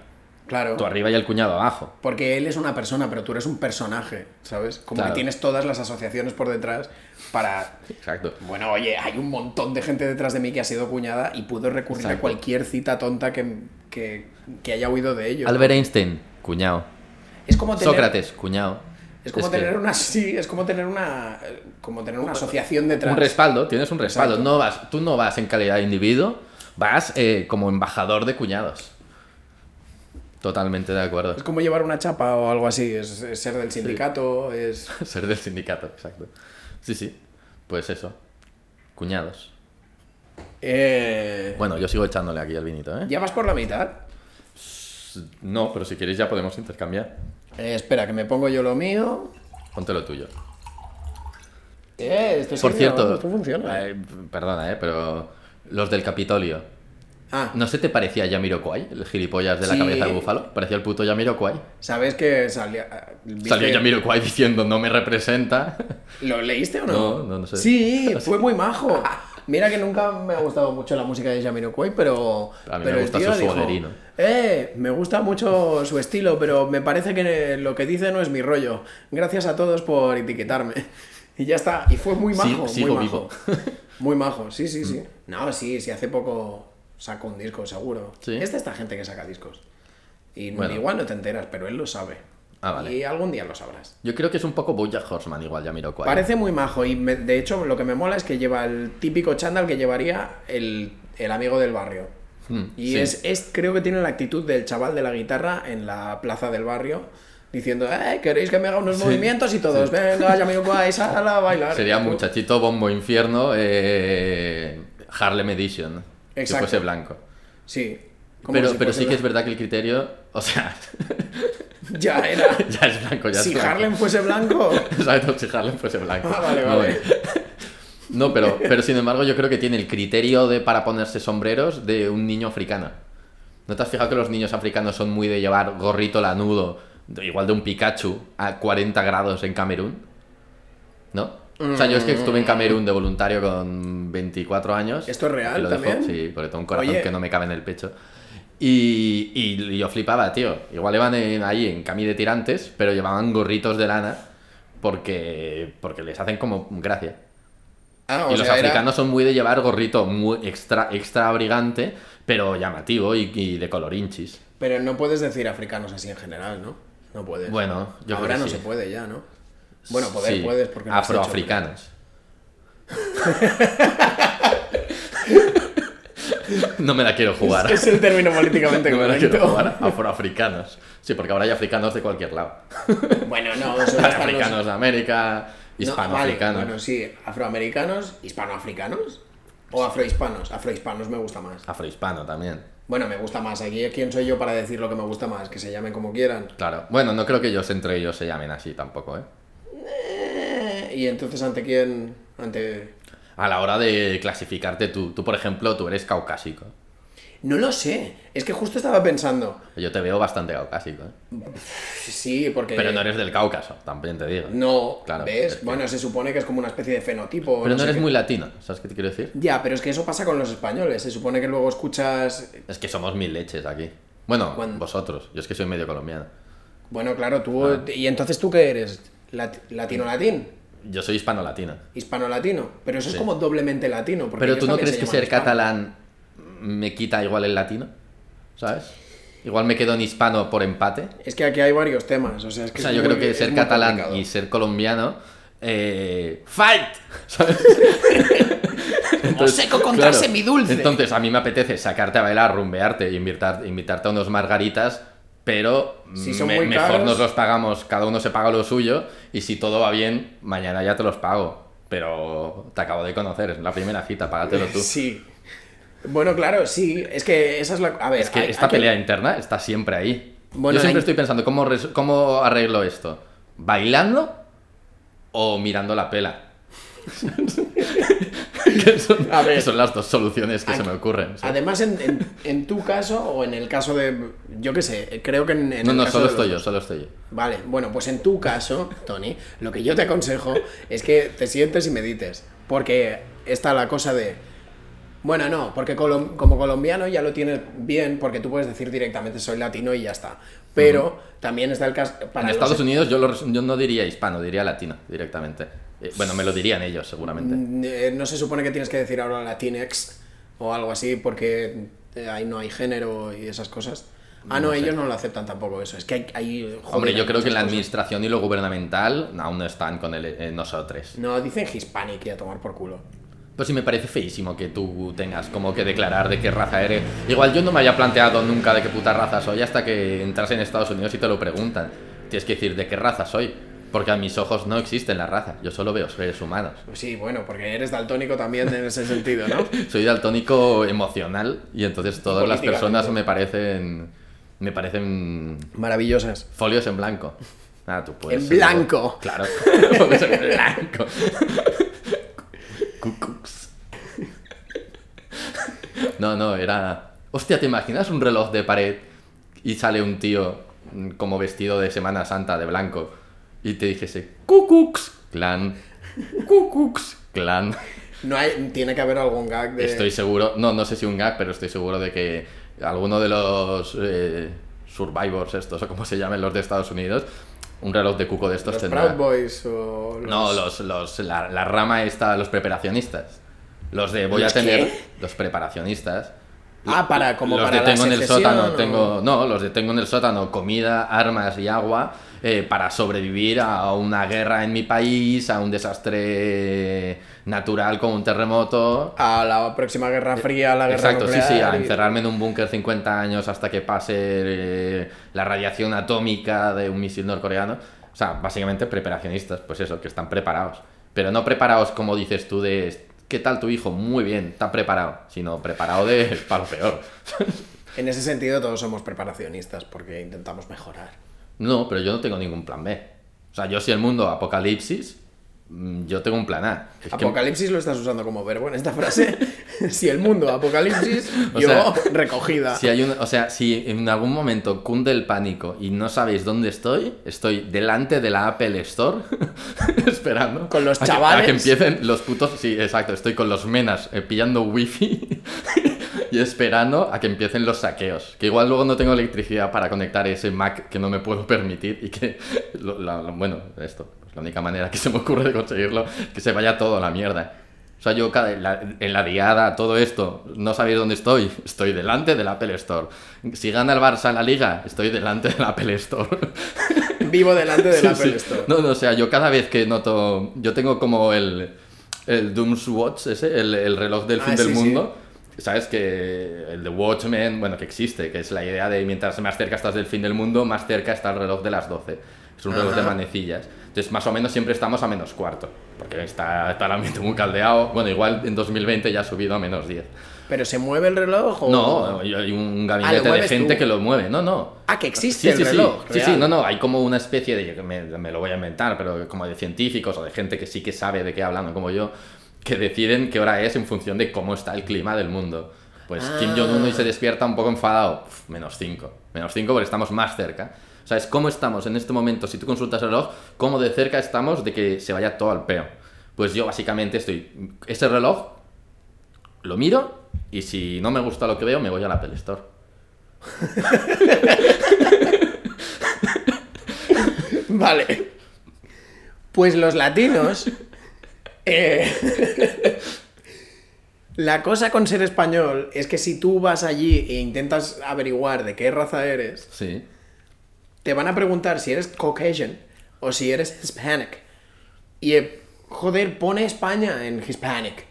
[SPEAKER 2] Claro.
[SPEAKER 1] Tú arriba y el cuñado abajo.
[SPEAKER 2] Porque él es una persona, pero tú eres un personaje, ¿sabes? Como
[SPEAKER 1] Claro.
[SPEAKER 2] que tienes todas las asociaciones por detrás para...
[SPEAKER 1] Exacto.
[SPEAKER 2] Bueno, oye, hay un montón de gente detrás de mí que ha sido cuñada y puedo recurrir
[SPEAKER 1] Exacto.
[SPEAKER 2] a cualquier cita tonta que, que, que haya huido de ello.
[SPEAKER 1] Albert Einstein, cuñado.
[SPEAKER 2] es como tener,
[SPEAKER 1] Sócrates, cuñado.
[SPEAKER 2] Es como
[SPEAKER 1] Es que-
[SPEAKER 2] tener una... Sí, es como tener una... eh, Como tener una asociación detrás.
[SPEAKER 1] Un respaldo, tienes un respaldo.
[SPEAKER 2] Exacto.
[SPEAKER 1] No vas, tú no vas en calidad de individuo, vas eh, como embajador de cuñados. Totalmente de acuerdo.
[SPEAKER 2] Es como llevar una chapa o algo así, es, es ser del sindicato, es...
[SPEAKER 1] Ser del sindicato, exacto. Sí, sí. Pues eso. Cuñados.
[SPEAKER 2] eh,
[SPEAKER 1] Bueno, yo sigo echándole aquí al vinito, ¿eh?
[SPEAKER 2] ¿Ya vas por la mitad?
[SPEAKER 1] No, pero si queréis ya podemos intercambiar.
[SPEAKER 2] Eh, espera, que me pongo yo lo mío.
[SPEAKER 1] Ponte lo tuyo.
[SPEAKER 2] Eh, esto sigue
[SPEAKER 1] Por cierto,
[SPEAKER 2] grabando, esto funciona.
[SPEAKER 1] eh, perdona, eh, pero los del Capitolio,
[SPEAKER 2] Ah,
[SPEAKER 1] ¿no se te parecía Yamiroquai, el gilipollas de la
[SPEAKER 2] Sí.
[SPEAKER 1] cabeza de búfalo? Parecía el puto Yamiroquai.
[SPEAKER 2] ¿Sabes que salía... eh, viste-
[SPEAKER 1] Salió Yamiroquai diciendo no me representa.
[SPEAKER 2] ¿Lo leíste o no?
[SPEAKER 1] No, no, no sé.
[SPEAKER 2] Sí, fue muy majo. Mira que nunca me ha gustado mucho la música de Jamiroquai, pero...
[SPEAKER 1] A mí me
[SPEAKER 2] pero el
[SPEAKER 1] gusta
[SPEAKER 2] tío
[SPEAKER 1] su
[SPEAKER 2] dijo,
[SPEAKER 1] suoderino.
[SPEAKER 2] Eh, me gusta mucho su estilo, pero me parece que lo que dice no es mi rollo. Gracias a todos por etiquetarme. Y ya está. Y fue muy
[SPEAKER 1] Sí,
[SPEAKER 2] majo,
[SPEAKER 1] sigo
[SPEAKER 2] muy
[SPEAKER 1] vivo. Mm.
[SPEAKER 2] majo. Muy majo, sí, sí, sí. No, sí, sí, hace poco sacó un disco, seguro.
[SPEAKER 1] Sí.
[SPEAKER 2] Es de esta gente que saca discos. Y
[SPEAKER 1] Bueno.
[SPEAKER 2] igual no te enteras, pero él lo sabe.
[SPEAKER 1] Ah, vale.
[SPEAKER 2] Y algún día lo sabrás.
[SPEAKER 1] Yo creo que es un poco Bojack Horseman, igual ya miro cuál.
[SPEAKER 2] Parece muy majo y me- de hecho lo que me mola es que lleva el típico chándal que llevaría el, el amigo del barrio.
[SPEAKER 1] Mm,
[SPEAKER 2] Y
[SPEAKER 1] sí.
[SPEAKER 2] es, es, creo que tiene la actitud del chaval de la guitarra en la plaza del barrio diciendo, eh, queréis que me haga unos movimientos y todos, venga, ya me vais a la bailar.
[SPEAKER 1] Sería
[SPEAKER 2] Y tú-
[SPEAKER 1] Muchachito Bombo Infierno, eh, Harlem Edition. Si
[SPEAKER 2] Exacto.
[SPEAKER 1] fuese blanco.
[SPEAKER 2] Sí. como
[SPEAKER 1] Pero,
[SPEAKER 2] si
[SPEAKER 1] pero
[SPEAKER 2] fuese
[SPEAKER 1] sí que es
[SPEAKER 2] blanco.
[SPEAKER 1] verdad que el criterio, o sea,
[SPEAKER 2] Ya era.
[SPEAKER 1] ya es blanco, ya
[SPEAKER 2] si
[SPEAKER 1] es blanco.
[SPEAKER 2] Harlem fuese blanco.
[SPEAKER 1] Exacto, si Harlem fuese blanco.
[SPEAKER 2] Ah, vale, vale.
[SPEAKER 1] No, pero, pero sin embargo yo creo que tiene el criterio de, para ponerse sombreros de un niño africano. ¿No te has fijado que los niños africanos son muy de llevar gorrito lanudo, de- igual de un Pikachu, a 40 grados en Camerún? ¿No? O sea, yo es que estuve en Camerún de voluntario con 24 años.
[SPEAKER 2] Mm. ¿Esto es real
[SPEAKER 1] Te lo dejo,
[SPEAKER 2] también?
[SPEAKER 1] sí, porque tengo un corazón
[SPEAKER 2] Oye.
[SPEAKER 1] que no me cabe en el pecho. Y, y yo flipaba, tío. Igual iban en- ahí en cami de tirantes, pero llevaban gorritos de lana porque, porque les hacen como gracia.
[SPEAKER 2] Ah, o
[SPEAKER 1] Y los
[SPEAKER 2] sea, era-
[SPEAKER 1] africanos son muy de llevar gorrito muy extra, extra abrigante, pero llamativo y, y de colorinchis.
[SPEAKER 2] Pero no puedes decir africanos así en general, ¿no? No puedes.
[SPEAKER 1] Bueno, yo creo
[SPEAKER 2] Ahora
[SPEAKER 1] que
[SPEAKER 2] no
[SPEAKER 1] sí.
[SPEAKER 2] se puede ya, ¿no? Bueno, poder
[SPEAKER 1] Sí,
[SPEAKER 2] puedes porque no has hecho-
[SPEAKER 1] Afroafricanos. no me la quiero jugar.
[SPEAKER 2] Es el término políticamente
[SPEAKER 1] No me la quiero
[SPEAKER 2] correcto.
[SPEAKER 1] jugar. Afroafricanos. Sí, porque ahora hay africanos de cualquier lado.
[SPEAKER 2] bueno, no, solo están los-
[SPEAKER 1] Africanos de América,
[SPEAKER 2] No,
[SPEAKER 1] hispanoafricanos.
[SPEAKER 2] vale, bueno, sí, afroamericanos, hispanoafricanos o afrohispanos. Afrohispanos me gusta más.
[SPEAKER 1] Afrohispano también.
[SPEAKER 2] Bueno, me gusta más. Aquí, ¿quién soy yo para decir lo que me gusta más? Que se llamen como quieran.
[SPEAKER 1] Claro. Bueno, no creo que ellos entre ellos se llamen así tampoco, ¿eh?
[SPEAKER 2] Eh, y entonces, ¿ante quién? Ante.
[SPEAKER 1] A la hora de clasificarte tú. Tú, por ejemplo, tú eres caucásico.
[SPEAKER 2] No lo sé. Es que justo estaba pensando.
[SPEAKER 1] Yo te veo bastante caucásico, ¿eh?
[SPEAKER 2] Sí, porque.
[SPEAKER 1] Pero no eres del Cáucaso, también te digo.
[SPEAKER 2] No,
[SPEAKER 1] Claro,
[SPEAKER 2] ¿ves?
[SPEAKER 1] es que-
[SPEAKER 2] Bueno, se supone que es como una especie de fenotipo.
[SPEAKER 1] Pero no
[SPEAKER 2] sé
[SPEAKER 1] eres
[SPEAKER 2] qué.
[SPEAKER 1] muy latino, ¿sabes qué te quiero decir?
[SPEAKER 2] Ya, pero es que eso pasa con los españoles. Se supone que luego escuchas.
[SPEAKER 1] Es que somos mil leches aquí. Bueno,
[SPEAKER 2] Cuando-
[SPEAKER 1] vosotros. Yo es que soy medio colombiano.
[SPEAKER 2] Bueno, claro, tú. ¿Y entonces tú qué eres? Lat- ¿Latino-latín?
[SPEAKER 1] Yo soy hispano-latino.
[SPEAKER 2] Hispano-latino. Pero eso es como doblemente latino. Porque
[SPEAKER 1] Pero
[SPEAKER 2] ellos
[SPEAKER 1] tú no crees
[SPEAKER 2] también se
[SPEAKER 1] que
[SPEAKER 2] llaman
[SPEAKER 1] ser
[SPEAKER 2] hispano.
[SPEAKER 1] catalán me quita igual el latino, ¿sabes? Igual me quedo en hispano por empate.
[SPEAKER 2] Es que aquí hay varios temas. O sea, es que
[SPEAKER 1] O sea,
[SPEAKER 2] es
[SPEAKER 1] yo
[SPEAKER 2] muy-
[SPEAKER 1] creo que
[SPEAKER 2] es
[SPEAKER 1] ser
[SPEAKER 2] muy
[SPEAKER 1] catalán
[SPEAKER 2] complicado.
[SPEAKER 1] y ser colombiano. eh, ¡Fight! ¿Sabes? Entonces,
[SPEAKER 2] seco contra
[SPEAKER 1] claro,
[SPEAKER 2] semidulce.
[SPEAKER 1] Entonces, a mí me apetece sacarte a bailar, rumbearte, invitar, invitarte a unos margaritas, pero
[SPEAKER 2] Si son
[SPEAKER 1] me-
[SPEAKER 2] muy
[SPEAKER 1] mejor
[SPEAKER 2] caros.
[SPEAKER 1] nos los pagamos, cada uno se paga lo suyo, y si todo va bien, mañana ya te los pago. Pero te acabo de conocer, es la primera cita, págatelo tú.
[SPEAKER 2] Sí. Bueno, claro, sí. Es que esa es la. A ver,
[SPEAKER 1] Es que
[SPEAKER 2] hay-
[SPEAKER 1] esta
[SPEAKER 2] hay que-
[SPEAKER 1] pelea interna está siempre ahí.
[SPEAKER 2] Bueno,
[SPEAKER 1] Yo siempre
[SPEAKER 2] la-
[SPEAKER 1] estoy pensando, ¿cómo, res- ¿cómo arreglo esto? ¿Bailando o mirando la pela? que son,
[SPEAKER 2] A ver.
[SPEAKER 1] que son las dos soluciones que se
[SPEAKER 2] Aquí-
[SPEAKER 1] me ocurren. sí.
[SPEAKER 2] Además, en, en- en tu caso o en el caso de. Yo qué sé, creo que en. en
[SPEAKER 1] No,
[SPEAKER 2] el
[SPEAKER 1] no,
[SPEAKER 2] caso
[SPEAKER 1] solo
[SPEAKER 2] de los
[SPEAKER 1] estoy yo,
[SPEAKER 2] dos.
[SPEAKER 1] solo estoy yo.
[SPEAKER 2] Vale, bueno, pues en tu caso, Tony, lo que yo te aconsejo es que te sientes y medites. Porque está la cosa de. Bueno, no, porque colom- como colombiano ya lo tienes bien, porque tú puedes decir directamente soy latino y ya está. Pero también está el caso.
[SPEAKER 1] En
[SPEAKER 2] Para los- eh.
[SPEAKER 1] Estados Unidos yo, lo res- yo no diría hispano, diría latino directamente. Eh, bueno, me lo dirían ellos seguramente.
[SPEAKER 2] Eh, no se supone que tienes que decir ahora Latinex o algo así porque eh, ahí no hay género y esas cosas. Ah, no, ellos no lo aceptan tampoco eso. Es que hay... hay- joder,
[SPEAKER 1] Hombre,
[SPEAKER 2] hay
[SPEAKER 1] yo creo que en la
[SPEAKER 2] muchas cosas.
[SPEAKER 1] administración y lo gubernamental aún no están con el, eh, nosotros.
[SPEAKER 2] No, dicen Hispanic y a tomar por culo.
[SPEAKER 1] Pues sí, me parece feísimo que tú tengas como que declarar de qué raza eres. Igual yo no me había planteado nunca de qué puta raza soy hasta que entras en Estados Unidos y te lo preguntan. Tienes que decir de qué raza soy. Porque a mis ojos no existen las razas, yo solo veo seres humanos.
[SPEAKER 2] Pues sí, bueno, porque eres daltónico también en ese sentido, ¿no?
[SPEAKER 1] Soy daltónico emocional y entonces todas las
[SPEAKER 2] Políticamente.
[SPEAKER 1] personas me parecen. me parecen.
[SPEAKER 2] Maravillosas.
[SPEAKER 1] folios en blanco. Ah, tú puedes.
[SPEAKER 2] En
[SPEAKER 1] ser-
[SPEAKER 2] blanco.
[SPEAKER 1] Claro, folios en blanco. Cucux. No, no, era. Hostia, ¿te imaginas un reloj de pared y sale un tío mm, como vestido de Semana Santa de blanco y te dijese Cucux clan, Cucux clan?
[SPEAKER 2] No hay, tiene que haber algún gag de...
[SPEAKER 1] Estoy seguro, no, no sé si un gag, pero estoy seguro de que alguno de los eh, survivors estos, o como se llamen los de Estados Unidos, un reloj de cuco de estos
[SPEAKER 2] Los
[SPEAKER 1] tendrá.
[SPEAKER 2] Proud Boys o... los-
[SPEAKER 1] No, los, los, la, la rama esta, los preparacionistas. Los de voy
[SPEAKER 2] ¿Los
[SPEAKER 1] a tener.
[SPEAKER 2] qué?
[SPEAKER 1] Los preparacionistas.
[SPEAKER 2] Ah, para como
[SPEAKER 1] los
[SPEAKER 2] para la
[SPEAKER 1] detengo en el
[SPEAKER 2] secesión,
[SPEAKER 1] sótano,
[SPEAKER 2] o-
[SPEAKER 1] tengo, no, los detengo en el sótano, comida, armas y agua eh, para sobrevivir a una guerra en mi país, a un desastre natural como un terremoto.
[SPEAKER 2] a la próxima Guerra Fría, a la guerra
[SPEAKER 1] Eh, Exacto, sí,
[SPEAKER 2] nuclear.
[SPEAKER 1] sí, a
[SPEAKER 2] y-
[SPEAKER 1] encerrarme en un búnker 50 años hasta que pase eh, la radiación atómica de un misil norcoreano. O sea, básicamente preparacionistas, pues eso, que están preparados. Pero no preparados como dices tú de, ¿qué tal tu hijo? Muy bien, está preparado. Sino preparado de, para lo peor.
[SPEAKER 2] En ese sentido todos somos preparacionistas porque intentamos mejorar.
[SPEAKER 1] No, pero yo no tengo ningún plan B. O sea, yo si el mundo apocalipsis, mm, yo tengo un plan A. Es que-
[SPEAKER 2] Apocalipsis lo estás usando como verbo en esta frase. si el mundo apocalipsis,
[SPEAKER 1] O
[SPEAKER 2] yo
[SPEAKER 1] sea,
[SPEAKER 2] recogida.
[SPEAKER 1] si hay un- o sea, si en algún momento cunde el pánico y no sabéis dónde estoy, estoy delante de la Apple Store esperando.
[SPEAKER 2] Con los
[SPEAKER 1] a que-
[SPEAKER 2] chavales.
[SPEAKER 1] a que empiecen los putos. Sí, exacto. Estoy con los menas eh, pillando wifi y esperando a que empiecen los saqueos. Que igual luego no tengo electricidad para conectar ese Mac que no me puedo permitir y que. lo- la- la- bueno, esto. pues la única manera que se me ocurre de conseguirlo es que se vaya todo a la mierda. O sea, yo cada- en la, en la diada, todo esto, no sabéis dónde estoy. Estoy delante del Apple Store. Si gana el Barça la liga, estoy delante del Apple Store.
[SPEAKER 2] Vivo delante del
[SPEAKER 1] Sí,
[SPEAKER 2] Apple
[SPEAKER 1] sí.
[SPEAKER 2] Store.
[SPEAKER 1] No, no, o sea, yo cada vez que noto. Yo tengo como el. El Doom's Watch, ese, el, el reloj del
[SPEAKER 2] Ah,
[SPEAKER 1] fin del
[SPEAKER 2] sí, sí.
[SPEAKER 1] mundo. ¿Sabes? Que el de Watchmen, bueno, que existe, que es la idea de mientras más cerca estás del fin del mundo, más cerca está el reloj de las 12. Es un reloj de
[SPEAKER 2] Ajá.
[SPEAKER 1] manecillas. Entonces, más o menos siempre estamos a menos cuarto. Porque está, está el ambiente muy caldeado. Bueno, igual en 2020 ya ha subido a menos 10.
[SPEAKER 2] ¿Pero se mueve el reloj o...?
[SPEAKER 1] No, hay un gabinete de
[SPEAKER 2] Oh. Ah, mueves
[SPEAKER 1] gente
[SPEAKER 2] tú.
[SPEAKER 1] que lo mueve. No, no.
[SPEAKER 2] Ah, que existe
[SPEAKER 1] Sí,
[SPEAKER 2] el
[SPEAKER 1] sí, sí.
[SPEAKER 2] reloj.
[SPEAKER 1] Sí, sí,
[SPEAKER 2] real.
[SPEAKER 1] no, no, hay como una especie de, yo me, me lo voy a inventar, pero como de científicos o de gente que sí que sabe de qué hablando como yo, que deciden qué hora es en función de cómo está el clima del mundo. Pues
[SPEAKER 2] Ah.
[SPEAKER 1] Kim Jong-un hoy se despierta un poco enfadado, pf, menos 5, menos 5 porque estamos más cerca. O sea, es cómo estamos en este momento, si tú consultas el reloj, cómo de cerca estamos de que se vaya todo al peo. Pues yo básicamente estoy, ese reloj lo miro y si no me gusta lo que veo, me voy a la Apple Store.
[SPEAKER 2] Vale. Pues los latinos. eh, La cosa con ser español es que si tú vas allí e intentas averiguar de qué raza eres,
[SPEAKER 1] Sí.
[SPEAKER 2] te van a preguntar si eres Caucasian o si eres Hispanic. Y eh, joder, pone España en Hispanic.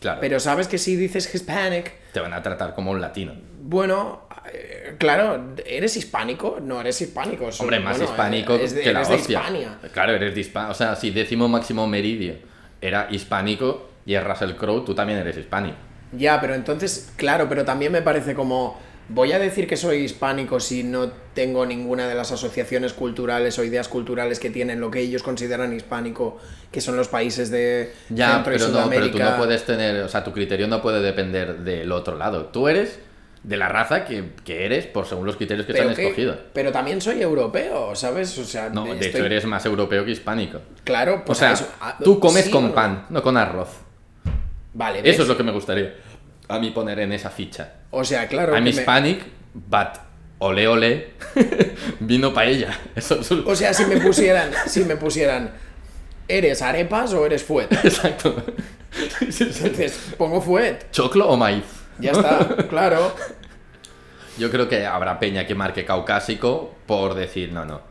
[SPEAKER 1] Claro.
[SPEAKER 2] Pero sabes que si dices Hispanic,
[SPEAKER 1] Te van a tratar como un latino.
[SPEAKER 2] Bueno, eh, claro, ¿eres hispánico? No, eres hispánico. son-
[SPEAKER 1] Hombre, más
[SPEAKER 2] bueno,
[SPEAKER 1] hispánico
[SPEAKER 2] eh, es de-
[SPEAKER 1] que la
[SPEAKER 2] eres de
[SPEAKER 1] hostia.
[SPEAKER 2] Hispania.
[SPEAKER 1] Claro, eres de Hispania. O sea, si décimo máximo meridio era hispánico y es Russell Crowe, tú también eres hispánico.
[SPEAKER 2] Ya, pero entonces, claro, pero también me parece como... Voy a decir que soy hispánico si no tengo ninguna de las asociaciones culturales o ideas culturales que tienen lo que ellos consideran hispánico, que son los países de
[SPEAKER 1] Ya,
[SPEAKER 2] Centro y
[SPEAKER 1] pero, no, pero
[SPEAKER 2] Sudamérica.
[SPEAKER 1] tú no puedes tener, o sea, tu criterio no puede depender del otro lado. Tú eres de la raza que, que eres por según los criterios que
[SPEAKER 2] pero,
[SPEAKER 1] te han
[SPEAKER 2] que-
[SPEAKER 1] escogido.
[SPEAKER 2] pero también soy europeo, ¿sabes? O sea,
[SPEAKER 1] No, de
[SPEAKER 2] estoy-
[SPEAKER 1] hecho eres más europeo que hispánico.
[SPEAKER 2] Claro,
[SPEAKER 1] O
[SPEAKER 2] pues
[SPEAKER 1] sea,
[SPEAKER 2] eso- ah,
[SPEAKER 1] tú comes
[SPEAKER 2] sí o
[SPEAKER 1] con
[SPEAKER 2] no.
[SPEAKER 1] pan, no con arroz.
[SPEAKER 2] Vale, ¿ves?
[SPEAKER 1] Eso es lo que me gustaría a mí poner en esa ficha.
[SPEAKER 2] O sea, claro...
[SPEAKER 1] I'm
[SPEAKER 2] que me-
[SPEAKER 1] Hispanic, but ole ole, vino paella. Eso es un-
[SPEAKER 2] O sea, si me pusieran, si me pusieran, ¿eres arepas o eres fuet?
[SPEAKER 1] Exacto. Sí, sí, sí.
[SPEAKER 2] Entonces, pongo fuet.
[SPEAKER 1] ¿Choclo o maíz?
[SPEAKER 2] Ya está, claro.
[SPEAKER 1] Yo creo que habrá peña que marque caucásico por decir no, no.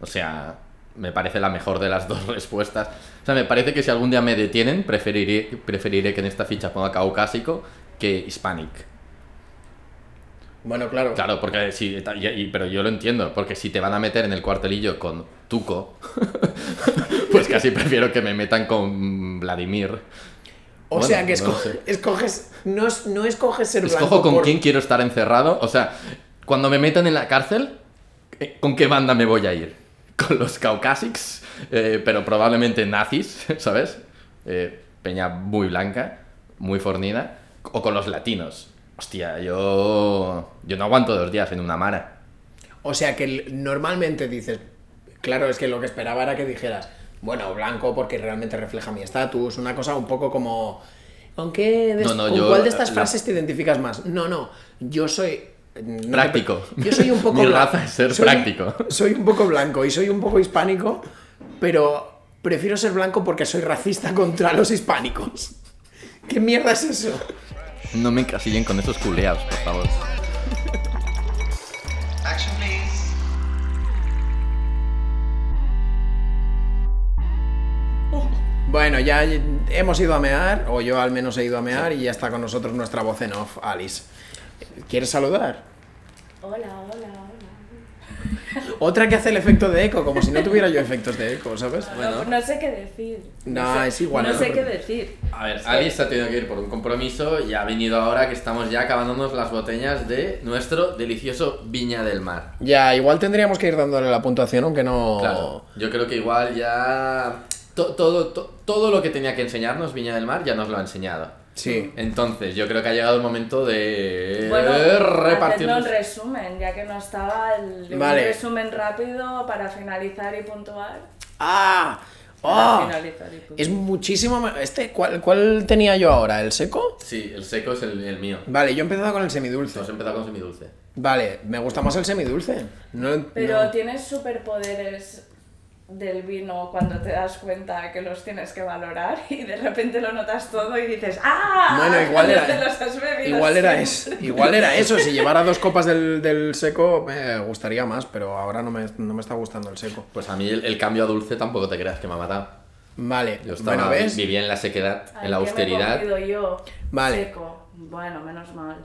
[SPEAKER 1] O sea, me parece la mejor de las dos respuestas. O sea, me parece que si algún día me detienen, preferiré, preferiré que en esta ficha ponga caucásico que hispanic.
[SPEAKER 2] Bueno, claro.
[SPEAKER 1] Claro, porque si, y- y- pero yo lo entiendo, porque si te van a meter en el cuartelillo con Tuco, pues casi prefiero que me metan con Vladimir.
[SPEAKER 2] O
[SPEAKER 1] Bueno,
[SPEAKER 2] sea, que
[SPEAKER 1] no lo
[SPEAKER 2] esco-
[SPEAKER 1] sé.
[SPEAKER 2] escoges, no, es- no escoges ser blanco.
[SPEAKER 1] Escojo con
[SPEAKER 2] por-
[SPEAKER 1] quién quiero estar encerrado. O sea, cuando me metan en la cárcel, eh, ¿con qué banda me voy a ir? Con los caucásics, eh, pero probablemente nazis, ¿sabes? Eh, peña muy blanca, muy fornida. O con los latinos. Hostia, yo, yo no aguanto dos días en una mara.
[SPEAKER 2] O sea, que l- normalmente dices, claro, es que lo que esperaba era que dijeras, bueno, blanco porque realmente refleja mi estatus, una cosa un poco como, ¿con qué? de
[SPEAKER 1] No,
[SPEAKER 2] est-
[SPEAKER 1] no,
[SPEAKER 2] ¿con
[SPEAKER 1] yo-
[SPEAKER 2] cuál de estas
[SPEAKER 1] la-
[SPEAKER 2] frases te identificas más? No, no, yo soy no te pre-
[SPEAKER 1] Práctico.
[SPEAKER 2] Yo soy un poco
[SPEAKER 1] Mi
[SPEAKER 2] blan-
[SPEAKER 1] raza es ser
[SPEAKER 2] soy-
[SPEAKER 1] práctico.
[SPEAKER 2] Soy un poco blanco y soy un poco hispánico, pero prefiero ser blanco porque soy racista contra los hispánicos. ¿Qué mierda es eso?
[SPEAKER 1] No me encasillen con esos culeados, por favor.
[SPEAKER 3] Action, please.
[SPEAKER 2] Bueno, ya hemos ido a mear, o yo al menos he ido a mear, y ya está con nosotros nuestra voz en off, Alice. ¿Quieres saludar?
[SPEAKER 5] Hola, hola, hola.
[SPEAKER 2] Otra que hace el efecto de eco, como si no tuviera yo efectos de eco, ¿sabes?
[SPEAKER 5] No, no sé qué decir.
[SPEAKER 2] No,
[SPEAKER 5] sé-
[SPEAKER 2] es igual,
[SPEAKER 5] No
[SPEAKER 2] no te
[SPEAKER 5] sé qué
[SPEAKER 2] preocupes.
[SPEAKER 5] decir.
[SPEAKER 1] A ver, Alice ha tenido que ir por un compromiso y ha venido ahora que estamos ya acabándonos las botellas de nuestro delicioso Viña del Mar.
[SPEAKER 2] Ya, igual tendríamos que ir dándole la puntuación, aunque no.
[SPEAKER 1] Claro, yo creo que igual ya... to- todo, to- todo lo que tenía que enseñarnos Viña del Mar ya nos lo ha enseñado.
[SPEAKER 2] Sí.
[SPEAKER 1] Entonces, yo creo que ha llegado el momento
[SPEAKER 2] Eh,
[SPEAKER 1] de repartir...
[SPEAKER 5] haciendo un resumen, ya que no estaba el
[SPEAKER 2] Vale.
[SPEAKER 5] un resumen rápido para finalizar y puntuar.
[SPEAKER 2] ¡Ah!
[SPEAKER 5] Para
[SPEAKER 2] ¡Oh!
[SPEAKER 5] Finalizar y puntuar.
[SPEAKER 2] Es muchísimo. ma- Este, ¿cuál, cuál tenía yo ahora? ¿El seco?
[SPEAKER 1] Sí, el seco es el, el mío.
[SPEAKER 2] Vale, yo he empezado con el semidulce.
[SPEAKER 1] Hemos empezado con semidulce.
[SPEAKER 2] Vale, me gusta más el semidulce. No,
[SPEAKER 5] Pero
[SPEAKER 2] no.
[SPEAKER 5] tienes superpoderes del vino cuando te das cuenta que los tienes que valorar y de repente lo notas todo y dices ¡Ah!
[SPEAKER 2] Bueno, igual
[SPEAKER 5] No
[SPEAKER 2] era-
[SPEAKER 5] te los has bebido
[SPEAKER 2] Igual era,
[SPEAKER 5] siempre.
[SPEAKER 2] eso, igual era eso, si llevara dos copas del, del seco me gustaría más, pero ahora no me, no me está gustando el seco.
[SPEAKER 1] Pues a mí el, el cambio a dulce tampoco te creas que me ha matado.
[SPEAKER 2] Vale,
[SPEAKER 1] Yo estaba,
[SPEAKER 2] bueno, ¿ves?
[SPEAKER 1] vivía en la sequedad,
[SPEAKER 5] Ay,
[SPEAKER 1] en la
[SPEAKER 5] ¿qué me he
[SPEAKER 1] austeridad.
[SPEAKER 5] comido yo?
[SPEAKER 2] Vale.
[SPEAKER 5] Seco. Bueno, menos mal.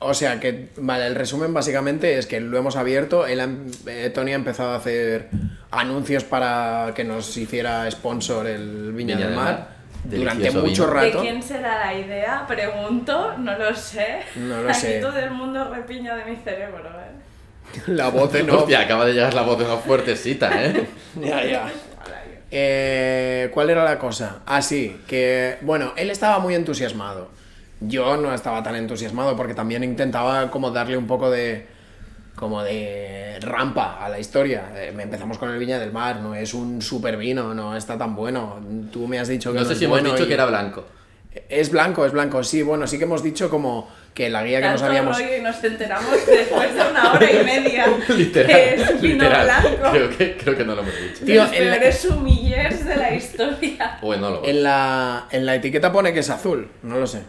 [SPEAKER 2] O sea que, vale, el resumen básicamente es que lo hemos abierto, él ha em- eh, Tony ha empezado a hacer anuncios para que nos hiciera sponsor el Viña, del Mar, durante
[SPEAKER 1] Delicioso
[SPEAKER 2] mucho
[SPEAKER 1] vino.
[SPEAKER 2] rato.
[SPEAKER 5] ¿De quién será la idea? Pregunto, no lo sé.
[SPEAKER 2] No lo
[SPEAKER 5] Aquí
[SPEAKER 2] sé.
[SPEAKER 5] todo el mundo repiña de mi cerebro, ¿eh?
[SPEAKER 2] La voz de no.
[SPEAKER 1] Hostia, acaba de llegar la voz de una fuertecita, ¿eh?
[SPEAKER 2] Ya, ya. Eh, ¿Cuál era la cosa? Ah, sí, que bueno, él estaba muy entusiasmado. Yo no estaba tan entusiasmado porque también intentaba como darle un poco de como de rampa a la historia. Eh, empezamos con el Viña del Mar, no es un super vino, no está tan bueno. Tú me has dicho que no,
[SPEAKER 1] No sé
[SPEAKER 2] es
[SPEAKER 1] si hemos
[SPEAKER 2] bueno
[SPEAKER 1] dicho
[SPEAKER 2] y-
[SPEAKER 1] que era blanco.
[SPEAKER 2] Es blanco, es blanco. Sí, bueno, sí que hemos dicho como que la guía que nos
[SPEAKER 5] Tanto
[SPEAKER 2] habíamos
[SPEAKER 5] rollo y nos enteramos después de una hora y media
[SPEAKER 1] Literal.
[SPEAKER 5] que es vino
[SPEAKER 1] literal.
[SPEAKER 5] blanco.
[SPEAKER 1] Creo que, creo que no lo hemos dicho.
[SPEAKER 2] Tío,
[SPEAKER 5] Los
[SPEAKER 2] en la-
[SPEAKER 5] peores humillers de la historia.
[SPEAKER 1] O enólogo.
[SPEAKER 2] en la en la etiqueta pone que es azul, no lo sé.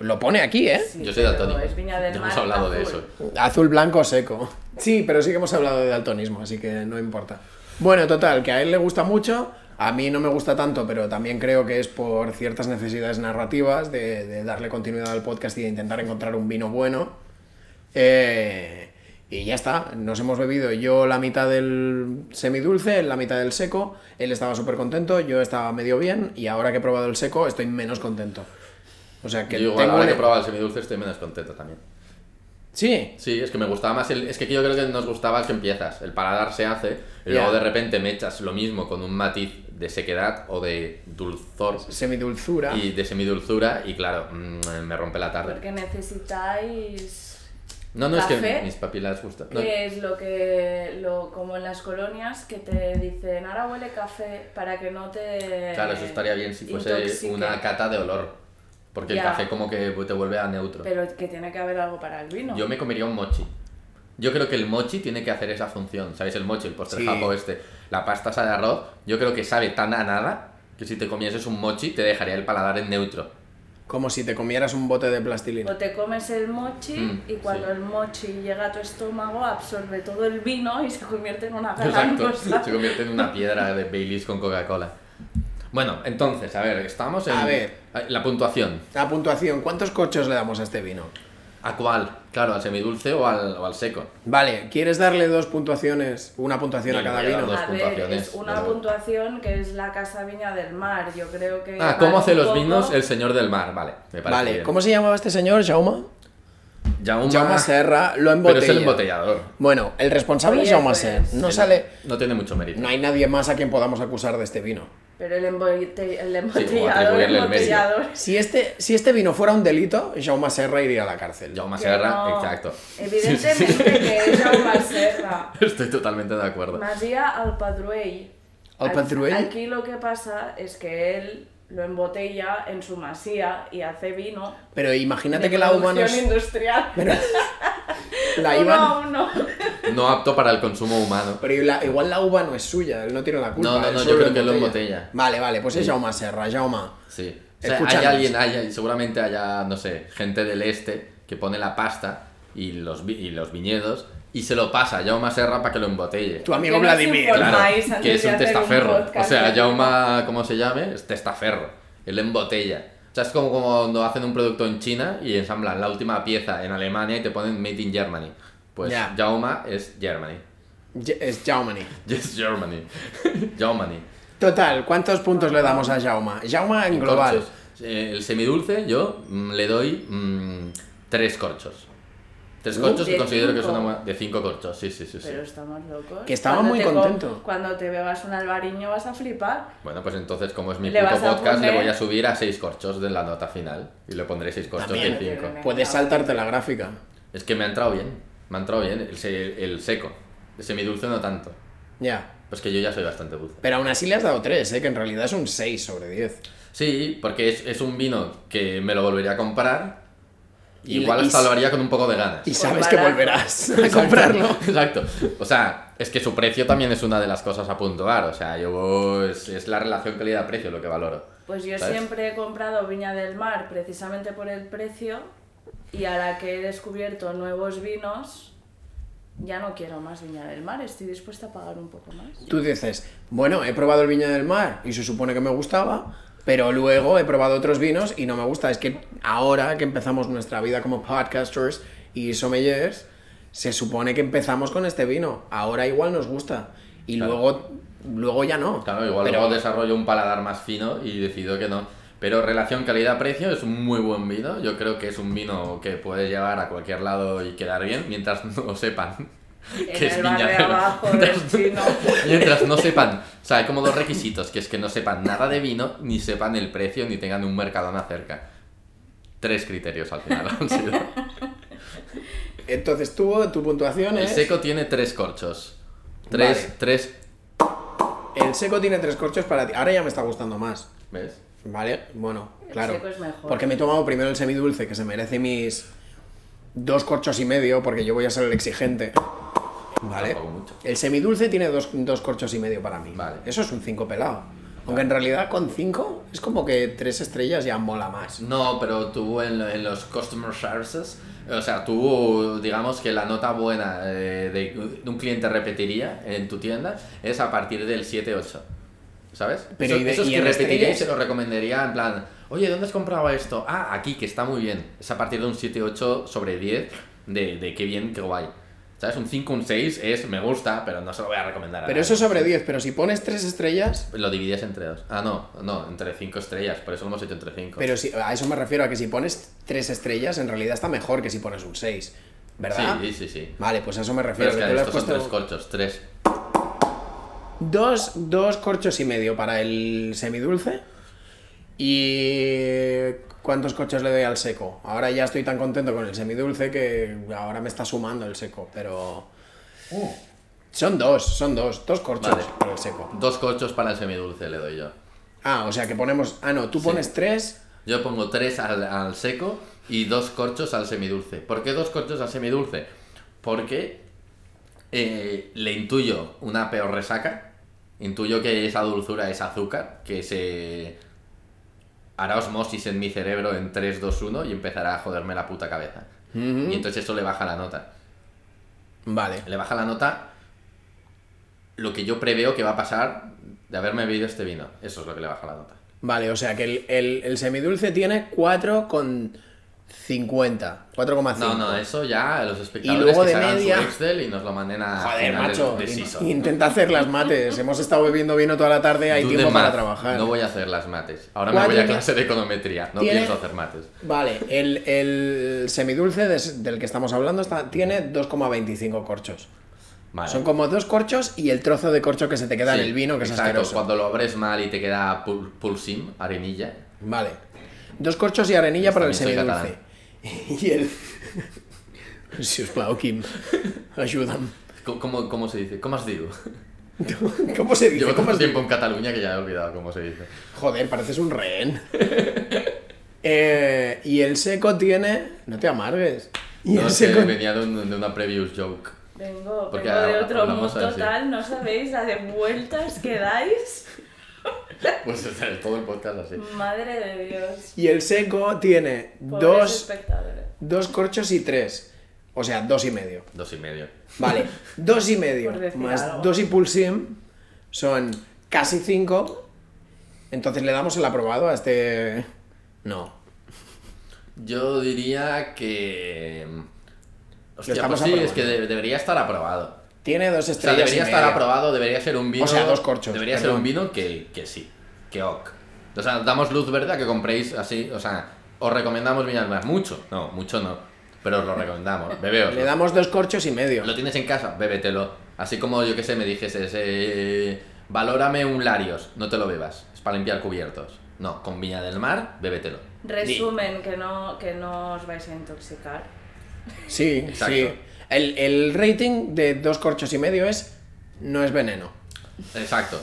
[SPEAKER 2] Lo pone aquí, ¿eh?
[SPEAKER 1] Yo soy daltónico.
[SPEAKER 5] Pero Es Viña del
[SPEAKER 1] Ya
[SPEAKER 5] Mar
[SPEAKER 1] hemos hablado de
[SPEAKER 5] azul.
[SPEAKER 1] eso.
[SPEAKER 2] Azul blanco seco. Sí, pero sí que hemos hablado de daltonismo, así que no importa. Bueno, total, que a él le gusta mucho, a mí no me gusta tanto, pero también creo que es por ciertas necesidades narrativas de, de darle continuidad al podcast y de intentar encontrar un vino bueno. Eh, y ya está, nos hemos bebido yo la mitad del semidulce, él la mitad del seco, él estaba súper contento, yo estaba medio bien y ahora que he probado el seco estoy menos contento. O sea que
[SPEAKER 1] Yo igual,
[SPEAKER 2] tengo
[SPEAKER 1] ahora
[SPEAKER 2] un-
[SPEAKER 1] que he probado el semidulce estoy menos contento también.
[SPEAKER 2] Sí,
[SPEAKER 1] Sí, es que me gustaba más el... Es que yo creo que nos gustaba el que empiezas. El paladar se hace y
[SPEAKER 2] Ya.
[SPEAKER 1] luego de repente me echas lo mismo con un matiz de sequedad o de dulzor
[SPEAKER 2] semidulzura.
[SPEAKER 1] y de semidulzura y claro, mm, me rompe la tarde.
[SPEAKER 5] Porque necesitáis
[SPEAKER 1] No, no, es que
[SPEAKER 5] café,
[SPEAKER 1] mis papilas gustan. No,
[SPEAKER 5] que es lo que lo como en las colonias que te dicen ahora huele café para que no te
[SPEAKER 1] Claro, eso estaría bien si fuese
[SPEAKER 5] intoxique".
[SPEAKER 1] una cata de olor. Porque
[SPEAKER 5] Ya.
[SPEAKER 1] el café como que te vuelve a neutro.
[SPEAKER 5] pero que tiene que haber algo para el vino
[SPEAKER 1] Yo me comería un mochi. Yo creo que el mochi tiene que hacer esa función. ¿Sabéis el mochi? El postre
[SPEAKER 2] Sí.
[SPEAKER 1] japo este. La pasta esa de arroz. Yo creo que sabe tan a nada que si te comieses un mochi te dejaría el paladar en neutro.
[SPEAKER 2] Como si te comieras un bote de plastilina.
[SPEAKER 5] o te comes el mochi
[SPEAKER 1] Mm,
[SPEAKER 5] y cuando
[SPEAKER 1] sí.
[SPEAKER 5] el mochi llega a tu estómago absorbe todo el vino y se convierte en una
[SPEAKER 1] Exacto.
[SPEAKER 5] galantosa.
[SPEAKER 1] Se convierte en una piedra de Baileys con Coca-Cola. Bueno, entonces, a ver, estamos en
[SPEAKER 2] A ver.
[SPEAKER 1] la puntuación.
[SPEAKER 2] La Ah, puntuación, ¿cuántos cochos le damos a este vino?
[SPEAKER 1] ¿A cuál? Claro, al semidulce o al, o al seco.
[SPEAKER 5] Eh,
[SPEAKER 2] Vale, ¿quieres darle dos puntuaciones? Una puntuación a
[SPEAKER 1] Bien,
[SPEAKER 2] cada
[SPEAKER 1] voy a dar
[SPEAKER 2] vino.
[SPEAKER 1] dos.
[SPEAKER 5] a ver,
[SPEAKER 1] puntuaciones,
[SPEAKER 5] es una
[SPEAKER 1] pero-
[SPEAKER 5] puntuación que es la Casa Viña del Mar. Yo creo que.
[SPEAKER 1] Ah,
[SPEAKER 5] van
[SPEAKER 1] ¿cómo hace
[SPEAKER 5] un
[SPEAKER 1] los
[SPEAKER 5] poco-
[SPEAKER 1] vinos el señor del mar? Vale, me parece
[SPEAKER 2] Vale,
[SPEAKER 1] bien.
[SPEAKER 2] ¿cómo se llamaba este señor? Jauma.
[SPEAKER 1] Jaume-
[SPEAKER 2] Jauma Serra lo
[SPEAKER 1] Pero
[SPEAKER 2] embotella.
[SPEAKER 1] es el embotellador.
[SPEAKER 2] Bueno, el responsable es
[SPEAKER 5] Oye,
[SPEAKER 2] Jauma
[SPEAKER 5] pues,
[SPEAKER 2] Serra. No
[SPEAKER 1] Sí,
[SPEAKER 2] sale.
[SPEAKER 1] No tiene mucho mérito.
[SPEAKER 2] No hay nadie más a quien podamos acusar de este vino.
[SPEAKER 5] Pero el, embote- el
[SPEAKER 1] o
[SPEAKER 5] embotellador.
[SPEAKER 1] atribuirle el mérito.
[SPEAKER 5] embotellador.
[SPEAKER 2] Si este, si este vino fuera un delito, Jauma Serra iría a la cárcel.
[SPEAKER 1] Jaume
[SPEAKER 5] Que
[SPEAKER 1] Serra,
[SPEAKER 5] no.
[SPEAKER 1] exacto.
[SPEAKER 5] Evidentemente que és Jaume Serra.
[SPEAKER 1] Estoy totalmente de acuerdo.
[SPEAKER 5] Masia al Padruell.
[SPEAKER 2] Al Padruell?
[SPEAKER 5] Aquí lo que pasa es que él lo embotella en su masía y hace vino.
[SPEAKER 2] Pero imagínate
[SPEAKER 5] de
[SPEAKER 2] que la uva no
[SPEAKER 5] producción
[SPEAKER 2] es-
[SPEAKER 5] industrial.
[SPEAKER 2] Pero- la
[SPEAKER 5] uno
[SPEAKER 2] Ivan.
[SPEAKER 5] a uno.
[SPEAKER 1] no apto para el consumo humano.
[SPEAKER 2] Pero igual la- igual la uva no es suya, él no tiene la culpa.
[SPEAKER 1] No, no,
[SPEAKER 2] él
[SPEAKER 1] no, yo
[SPEAKER 2] solo
[SPEAKER 1] creo que lo embotella.
[SPEAKER 2] Vale, vale, pues
[SPEAKER 1] Sí.
[SPEAKER 2] es Jaume Serra, Jaume.
[SPEAKER 1] Sí. O sea, hay
[SPEAKER 2] Escúchanos.
[SPEAKER 1] alguien, hay- hay- seguramente haya, no sé, gente del este que pone la pasta y los, vi- y los viñedos y se lo pasa a Jaume Serra para que lo embotelle.
[SPEAKER 2] Tu
[SPEAKER 5] Que
[SPEAKER 2] amigo
[SPEAKER 5] nos
[SPEAKER 2] Vladimir.
[SPEAKER 5] informa.
[SPEAKER 1] Claro,
[SPEAKER 5] Formáis antes
[SPEAKER 1] que es
[SPEAKER 5] de
[SPEAKER 1] un
[SPEAKER 5] hacer un
[SPEAKER 1] testaferro. o
[SPEAKER 5] podcast,
[SPEAKER 1] sea,
[SPEAKER 5] ¿no?
[SPEAKER 1] Jauma, ¿cómo se llame? Es testaferro. Él embotella. O sea, es como como cuando hacen un producto en China y ensamblan la última pieza en Alemania y te ponen Made in Germany. Pues
[SPEAKER 2] Ya.
[SPEAKER 1] Jauma es Germany.
[SPEAKER 2] Ye- Es Jaume.
[SPEAKER 1] Yes, Germany. Jaumani.
[SPEAKER 2] Total, ¿cuántos puntos le damos a Jaume? Jaume en global.
[SPEAKER 1] Corchos. Eh, el semidulce yo mm, le doy mm, tres corchos. Tres
[SPEAKER 5] Uh,
[SPEAKER 1] corchos que
[SPEAKER 5] de
[SPEAKER 1] considero que es
[SPEAKER 5] cinco.
[SPEAKER 1] una... bu- De cinco corchos, sí, sí, sí. sí.
[SPEAKER 5] Pero estamos locos.
[SPEAKER 2] Que estaba
[SPEAKER 5] Cuando
[SPEAKER 2] muy
[SPEAKER 5] te com-
[SPEAKER 2] contento.
[SPEAKER 5] Cuando te bebas un albariño vas a flipar.
[SPEAKER 1] Bueno, pues entonces, como es mi
[SPEAKER 5] Le
[SPEAKER 1] puto
[SPEAKER 5] vas a
[SPEAKER 1] podcast, le
[SPEAKER 5] poner-
[SPEAKER 1] voy a subir a seis corchos de la nota final. Y le pondré seis corchos
[SPEAKER 2] También.
[SPEAKER 1] de cinco.
[SPEAKER 2] Puedes saltarte la gráfica.
[SPEAKER 1] Es que me ha entrado bien. Me ha entrado bien el, se- el seco. El semidulce no tanto.
[SPEAKER 2] Ya.
[SPEAKER 1] Pues que yo ya soy bastante dulce.
[SPEAKER 2] Pero aún así le has dado 3, ¿eh? que en realidad es un 6 sobre 10.
[SPEAKER 1] Sí, porque es, es un vino que me lo volvería a comprar.
[SPEAKER 2] Y-
[SPEAKER 1] Igual
[SPEAKER 2] y-
[SPEAKER 1] hasta lo haría con un poco de ganas.
[SPEAKER 2] Y
[SPEAKER 5] Pues
[SPEAKER 2] sabes que
[SPEAKER 5] barato.
[SPEAKER 2] volverás a comprarlo.
[SPEAKER 1] Exacto. O sea, es que su precio también es una de las cosas a puntuar. O sea, yo es, es la relación calidad-precio lo que valoro.
[SPEAKER 5] Pues yo
[SPEAKER 1] ¿Sabes?
[SPEAKER 5] siempre he comprado Viña del Mar precisamente por el precio y ahora que he descubierto nuevos vinos, ya no quiero más Viña del Mar, estoy dispuesta a pagar un poco más.
[SPEAKER 2] Tú dices, bueno, he probado el Viña del Mar y se supone que me gustaba, pero luego he probado otros vinos y no me gusta. Es que ahora que empezamos nuestra vida como podcasters y sommeliers, se supone que empezamos con este vino. Ahora igual nos gusta y
[SPEAKER 1] Claro.
[SPEAKER 2] luego, luego ya no.
[SPEAKER 1] Claro, igual
[SPEAKER 2] Pero-
[SPEAKER 1] luego desarrollo un paladar más fino y decido que no. Pero relación calidad-precio es un muy buen vino. Yo creo que es un vino que puedes llevar a cualquier lado y quedar bien mientras no sepan.
[SPEAKER 5] En
[SPEAKER 1] que es
[SPEAKER 5] el
[SPEAKER 1] Viña
[SPEAKER 5] bar de
[SPEAKER 1] del Mar.
[SPEAKER 5] abajo del chino.
[SPEAKER 1] Mientras no sepan, o sea, hay como dos requisitos, que es que no sepan nada de vino, ni sepan el precio, ni tengan un mercadona cerca. Tres criterios al final han sido.
[SPEAKER 2] Entonces tú, tu puntuación
[SPEAKER 1] El
[SPEAKER 2] es...
[SPEAKER 1] seco tiene tres corchos. Tres,
[SPEAKER 2] Vale.
[SPEAKER 1] tres,
[SPEAKER 2] El seco tiene tres corchos para ti. Ahora ya me está gustando más.
[SPEAKER 1] ¿ves?
[SPEAKER 2] Vale, bueno,
[SPEAKER 5] El
[SPEAKER 2] claro.
[SPEAKER 5] seco es mejor.
[SPEAKER 2] Porque me he tomado primero el semidulce, que se merece mis dos corchos y medio, porque yo voy a ser el exigente. Vale.
[SPEAKER 1] Tampoco mucho.
[SPEAKER 2] El semidulce tiene dos, dos corchos y medio para mí.
[SPEAKER 1] Vale.
[SPEAKER 2] Eso es un 5 pelado. Aunque en realidad con 5 es como que tres estrellas ya mola más.
[SPEAKER 1] No, pero tú en, en los customer services, o sea, tú digamos que la nota buena eh, de, de un cliente repetiría en tu tienda es a partir del 7-8. ¿Sabes?
[SPEAKER 2] Pero
[SPEAKER 1] eso,
[SPEAKER 2] ¿y de-
[SPEAKER 1] eso es
[SPEAKER 2] y
[SPEAKER 1] que
[SPEAKER 2] en
[SPEAKER 1] repetiría y
[SPEAKER 2] estrellas?
[SPEAKER 1] se lo recomendaría en plan, oye, ¿dónde has comprado esto? Ah, aquí, que está muy bien. Es a partir de un 7-8 sobre 10 de, de qué bien, qué guay. ¿Sabes? Un 5, un 6 es me gusta, pero no se lo voy a recomendar a
[SPEAKER 2] Pero
[SPEAKER 1] nadie.
[SPEAKER 2] eso sobre 10, pero si pones tres estrellas,
[SPEAKER 1] Lo divides entre dos. Ah, no, no, entre 5 estrellas, por eso lo hemos hecho entre 5.
[SPEAKER 2] pero si, a eso me refiero a que si pones tres estrellas, en realidad está mejor que si pones un 6. ¿Verdad?
[SPEAKER 1] Sí, sí, sí.
[SPEAKER 2] Vale, pues a eso me refiero.
[SPEAKER 1] Pero es
[SPEAKER 2] que
[SPEAKER 1] que
[SPEAKER 2] tú le has
[SPEAKER 1] estos son tres
[SPEAKER 2] puesto-
[SPEAKER 1] corchos, tres.
[SPEAKER 2] Dos, dos corchos y medio para el semidulce. ¿Y cuántos corchos le doy al seco? Ahora ya estoy tan contento con el semidulce que ahora me está sumando el seco, pero... Son dos, son dos, dos corchos
[SPEAKER 1] Vale.
[SPEAKER 2] para el seco.
[SPEAKER 1] Dos corchos para el semidulce le doy yo.
[SPEAKER 2] Ah, o sea que ponemos... Ah, no, tú pones tres.
[SPEAKER 1] Yo pongo tres al, al seco y dos corchos al semidulce. ¿Por qué dos corchos al semidulce? Porque eh, le intuyo una peor resaca. Intuyo que esa dulzura es azúcar, que se hará osmosis en mi cerebro en 3, 2, 1 y empezará a joderme la puta cabeza. Y entonces eso le baja la nota.
[SPEAKER 2] Vale.
[SPEAKER 1] Le baja la nota lo que yo preveo que va a pasar de haberme bebido este vino. Eso es lo que le baja la nota.
[SPEAKER 2] Vale, o sea que el, el- el semidulce tiene 4,50. 4,5.
[SPEAKER 1] No, no, eso ya los espectadores
[SPEAKER 2] Y luego
[SPEAKER 1] que
[SPEAKER 2] de
[SPEAKER 1] se hagan
[SPEAKER 2] media-
[SPEAKER 1] su Excel y nos lo manden a
[SPEAKER 2] Joder,
[SPEAKER 1] finales
[SPEAKER 2] macho.
[SPEAKER 1] de
[SPEAKER 2] in-
[SPEAKER 1] season.
[SPEAKER 2] Intenta hacer las mates. Hemos estado bebiendo vino toda la tarde, hay
[SPEAKER 1] Do the
[SPEAKER 2] tiempo para
[SPEAKER 1] math.
[SPEAKER 2] trabajar.
[SPEAKER 1] No voy a hacer las mates. Ahora me
[SPEAKER 2] Cuatro
[SPEAKER 1] voy a
[SPEAKER 2] y me-
[SPEAKER 1] clase de econometría. No
[SPEAKER 2] Tiene-
[SPEAKER 1] pienso hacer mates.
[SPEAKER 2] Vale, el, el semidulce des- del que estamos hablando está- tiene 2,25 corchos.
[SPEAKER 1] Vale.
[SPEAKER 2] Son como dos corchos y el trozo de corcho que se te queda
[SPEAKER 1] Sí,
[SPEAKER 2] en el vino, que
[SPEAKER 1] exacto,
[SPEAKER 2] es asqueroso.
[SPEAKER 1] Cuando lo abres mal y te queda pul- pulsim, arenilla.
[SPEAKER 2] Vale. Dos corchos y arenilla para el
[SPEAKER 1] También soy
[SPEAKER 2] semidulce. Y el... Si us plau, Quim, ayúdame.
[SPEAKER 1] Co- ¿Cómo, cómo se dice? ¿Cómo os digo?
[SPEAKER 2] ¿Cómo se dice?
[SPEAKER 1] Llevo
[SPEAKER 2] ¿Cómo
[SPEAKER 1] tanto
[SPEAKER 2] se dice?
[SPEAKER 1] tiempo en Cataluña que ya he olvidado cómo se dice.
[SPEAKER 2] Joder, pareces un rehén. Eh, y el seco tiene... No te amargues. Y
[SPEAKER 1] No,
[SPEAKER 2] el
[SPEAKER 1] es que
[SPEAKER 2] seco
[SPEAKER 1] venía de, un- de una previous joke.
[SPEAKER 5] Vengo,
[SPEAKER 1] Porque
[SPEAKER 5] vengo de
[SPEAKER 1] ahora
[SPEAKER 5] otro
[SPEAKER 1] hablamos
[SPEAKER 5] mundo
[SPEAKER 1] así.
[SPEAKER 5] tal, no sabéis la de vueltas que dais.
[SPEAKER 1] Pues es todo el podcast así.
[SPEAKER 5] Madre de Dios.
[SPEAKER 2] Y el seco tiene
[SPEAKER 5] Pobres
[SPEAKER 2] dos,
[SPEAKER 5] espectadores.
[SPEAKER 2] dos corchos y tres. O sea, dos y medio.
[SPEAKER 1] Dos y medio.
[SPEAKER 2] Vale, dos y medio
[SPEAKER 5] Por decir
[SPEAKER 2] más
[SPEAKER 5] algo.
[SPEAKER 2] dos y pulsim son casi cinco. Entonces le damos el aprobado a este. No.
[SPEAKER 1] Yo diría que. mm, Hostia,
[SPEAKER 2] estamos
[SPEAKER 1] pues sí,
[SPEAKER 2] aprobando.
[SPEAKER 1] es que de- debería estar aprobado.
[SPEAKER 2] Tiene dos
[SPEAKER 1] O sea,
[SPEAKER 2] estrellas.
[SPEAKER 1] debería
[SPEAKER 2] y
[SPEAKER 1] estar
[SPEAKER 2] media.
[SPEAKER 1] aprobado, debería ser un vino.
[SPEAKER 2] O sea, dos corchos,
[SPEAKER 1] Debería ser
[SPEAKER 2] perdón.
[SPEAKER 1] un vino que, que sí, que ok. O sea, damos luz verde a que compréis así, o sea, os recomendamos Villalmas. Mucho, no, mucho no, pero os lo recomendamos. Bebeos.
[SPEAKER 2] Le damos dos corchos y medio.
[SPEAKER 1] Lo tienes en casa, bébetelo. Así como yo que sé, me dijese, eh, valórame un Larios, no te lo bebas, es para limpiar cubiertos. No, con Viña del Mar, bébetelo.
[SPEAKER 5] Resumen, que no, que no os vais a intoxicar.
[SPEAKER 2] Sí,
[SPEAKER 1] Exacto.
[SPEAKER 2] sí. El, el rating de dos corchos y medio es. No es veneno.
[SPEAKER 1] Exacto.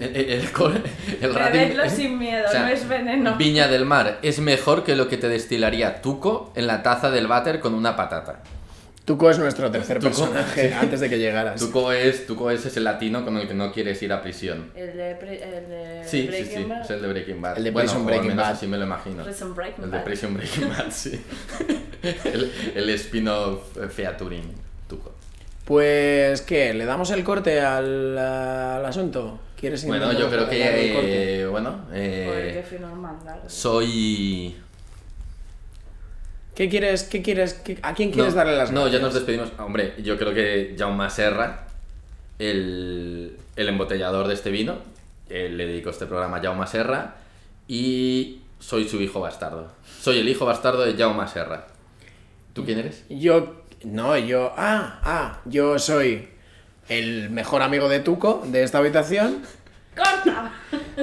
[SPEAKER 1] El, el- el co- el
[SPEAKER 5] Bebedlo sin miedo, no es veneno.
[SPEAKER 1] Viña del Mar es mejor que lo que te destilaría Tuco en la taza del váter con una patata.
[SPEAKER 2] Tuco es nuestro tercer
[SPEAKER 1] Tuco,
[SPEAKER 2] personaje
[SPEAKER 1] sí.
[SPEAKER 2] antes de que llegaras.
[SPEAKER 1] Tuco es, Tuco es ese latino con el que no quieres ir a prisión.
[SPEAKER 5] El de, pre- el de
[SPEAKER 1] Sí, sí,
[SPEAKER 5] Breaking
[SPEAKER 1] sí,
[SPEAKER 5] Bad.
[SPEAKER 1] es el de Breaking Bad.
[SPEAKER 2] El de
[SPEAKER 1] Bueno,
[SPEAKER 2] Prison
[SPEAKER 1] o al
[SPEAKER 2] Breaking
[SPEAKER 1] menos
[SPEAKER 2] Bad.
[SPEAKER 1] Así me lo imagino.
[SPEAKER 5] Prison Breaking
[SPEAKER 1] el de
[SPEAKER 5] Bad.
[SPEAKER 1] Prison Breaking Bad, sí. el el spin-off eh, featuring Tuco.
[SPEAKER 2] Pues, ¿qué? ¿Le damos el corte al, al asunto? ¿Quieres
[SPEAKER 1] Bueno,
[SPEAKER 2] intentar
[SPEAKER 1] yo creo
[SPEAKER 2] dar el
[SPEAKER 1] que.
[SPEAKER 2] corte?
[SPEAKER 1] eh, bueno, eh,
[SPEAKER 5] Joder, qué fino mandar.
[SPEAKER 1] soy.
[SPEAKER 2] ¿Qué quieres? ¿Qué quieres? qué- ¿A quién
[SPEAKER 1] No,
[SPEAKER 2] quieres darle las
[SPEAKER 1] No, ya nos
[SPEAKER 2] gracias?
[SPEAKER 1] despedimos. Ah, Hombre, yo creo que Jaume Serra, el, el embotellador de este vino, eh, le dedico este programa a Jaume Serra y soy su hijo bastardo. Soy el hijo bastardo de Jaume Serra. ¿Tú quién eres?
[SPEAKER 2] Yo. No, yo. Ah, ah, yo soy el mejor amigo de Tuco de esta habitación.
[SPEAKER 5] ¡Corta!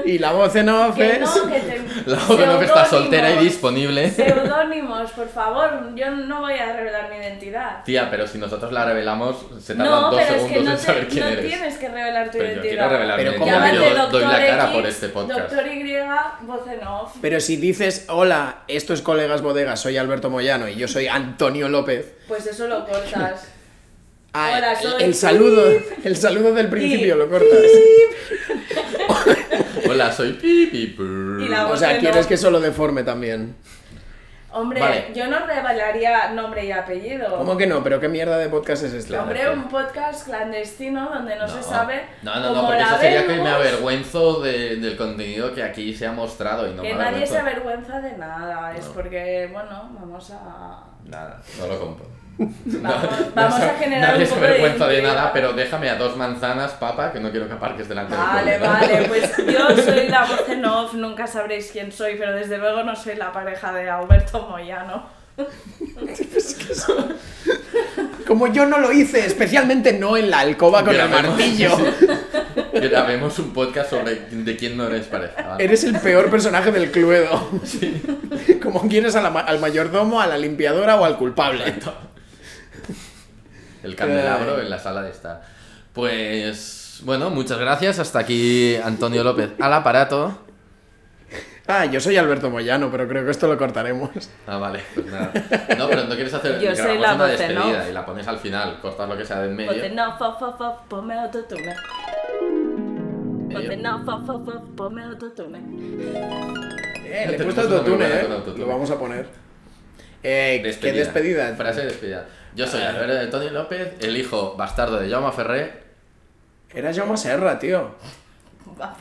[SPEAKER 2] Y la voz en off
[SPEAKER 5] Que
[SPEAKER 2] es.
[SPEAKER 5] no, que te...
[SPEAKER 1] La no que está
[SPEAKER 5] Seudónimos.
[SPEAKER 1] soltera y disponible.
[SPEAKER 5] Seudónimos, por favor, yo no voy a revelar mi identidad.
[SPEAKER 1] Tía, pero si nosotros la revelamos, se tardan
[SPEAKER 5] No,
[SPEAKER 1] dos
[SPEAKER 5] pero es
[SPEAKER 1] segundos
[SPEAKER 5] que no,
[SPEAKER 1] en
[SPEAKER 5] te-
[SPEAKER 1] saber quién
[SPEAKER 5] no
[SPEAKER 1] eres.
[SPEAKER 5] tienes que revelar tu
[SPEAKER 1] Pero yo
[SPEAKER 5] identidad.
[SPEAKER 1] quiero revelar
[SPEAKER 2] Pero
[SPEAKER 1] mi
[SPEAKER 2] ¿cómo?
[SPEAKER 1] identidad,
[SPEAKER 5] Llámate
[SPEAKER 1] yo doy
[SPEAKER 5] Doctor
[SPEAKER 1] la cara
[SPEAKER 5] X,
[SPEAKER 1] por este podcast.
[SPEAKER 5] Doctor Y, voz en off.
[SPEAKER 2] Pero si dices, hola, esto es Colegas Bodegas, soy Alberto Moyano y yo soy Antonio López.
[SPEAKER 5] Pues eso lo cortas.
[SPEAKER 2] Ah,
[SPEAKER 5] Hola,
[SPEAKER 2] el-
[SPEAKER 5] soy-
[SPEAKER 2] el, saludo, el saludo del principio
[SPEAKER 5] Y-
[SPEAKER 2] lo cortas.
[SPEAKER 1] Hola, soy Pipi. Brr.
[SPEAKER 5] Y la-
[SPEAKER 2] O sea,
[SPEAKER 5] Bueno.
[SPEAKER 2] quieres que solo deforme también.
[SPEAKER 5] Hombre,
[SPEAKER 1] Vale.
[SPEAKER 5] yo no revelaría nombre y apellido.
[SPEAKER 2] ¿Cómo que no? ¿Pero qué mierda de podcast es este?
[SPEAKER 5] Hombre, un podcast clandestino donde no, se sabe.
[SPEAKER 1] No, no, no,
[SPEAKER 5] cómo
[SPEAKER 1] porque
[SPEAKER 5] la
[SPEAKER 1] eso sería que me
[SPEAKER 5] vemos,
[SPEAKER 1] avergüenzo de- del contenido que aquí se ha mostrado y no
[SPEAKER 5] que
[SPEAKER 1] me
[SPEAKER 5] nadie
[SPEAKER 1] avergüenzo.
[SPEAKER 5] se avergüenza de nada. Es
[SPEAKER 1] No.
[SPEAKER 5] porque, bueno, vamos a.
[SPEAKER 1] Nada, no lo compro.
[SPEAKER 5] Vamos, vamos a generar
[SPEAKER 1] nadie
[SPEAKER 5] un
[SPEAKER 1] se
[SPEAKER 5] poco de
[SPEAKER 1] avergüenza de,
[SPEAKER 5] intriga.
[SPEAKER 1] nada, pero déjame a dos manzanas, papa, que no quiero que aparques delante del
[SPEAKER 5] Vale,
[SPEAKER 1] colegio.
[SPEAKER 5] vale, pues yo soy la voz en off, nunca sabréis quién soy, pero desde luego no soy la pareja de Alberto Moyano.
[SPEAKER 2] Como yo no lo hice, especialmente no en la alcoba con el
[SPEAKER 1] Grabemos-
[SPEAKER 2] martillo.
[SPEAKER 1] Grabemos un podcast sobre de quién no eres pareja. ¿vale?
[SPEAKER 2] Eres el peor personaje del cluedo. Como quieres a la ma- al mayordomo, a la limpiadora o al culpable.
[SPEAKER 1] El candelabro en la sala de estar. Pues bueno, muchas gracias. Hasta aquí Antonio López al aparato.
[SPEAKER 2] Ah, yo soy Alberto Moyano, pero creo que esto lo cortaremos.
[SPEAKER 1] Ah, vale, pues nada. No, pero no quieres hacer
[SPEAKER 5] Yo
[SPEAKER 1] grabamos
[SPEAKER 5] soy la Pues
[SPEAKER 1] una
[SPEAKER 5] voz en
[SPEAKER 1] despedida
[SPEAKER 5] off.
[SPEAKER 1] y la pones al final, cortas lo que sea de en medio.
[SPEAKER 5] Voz en off, off, off, off, ponme autotune. Voz en off, off, off, off, ponme autotune.
[SPEAKER 2] Eh, le he
[SPEAKER 1] Tenemos
[SPEAKER 2] puesto
[SPEAKER 1] Este una muy buena
[SPEAKER 2] autotune, eh.
[SPEAKER 1] con autotune.
[SPEAKER 2] Lo vamos a poner. Eh,
[SPEAKER 1] Despedida.
[SPEAKER 2] qué despedida.
[SPEAKER 1] Frase de despedida. Yo soy Alberto Antonio López, el hijo bastardo de Jaume Ferré.
[SPEAKER 2] Era Jaume Serra, tío.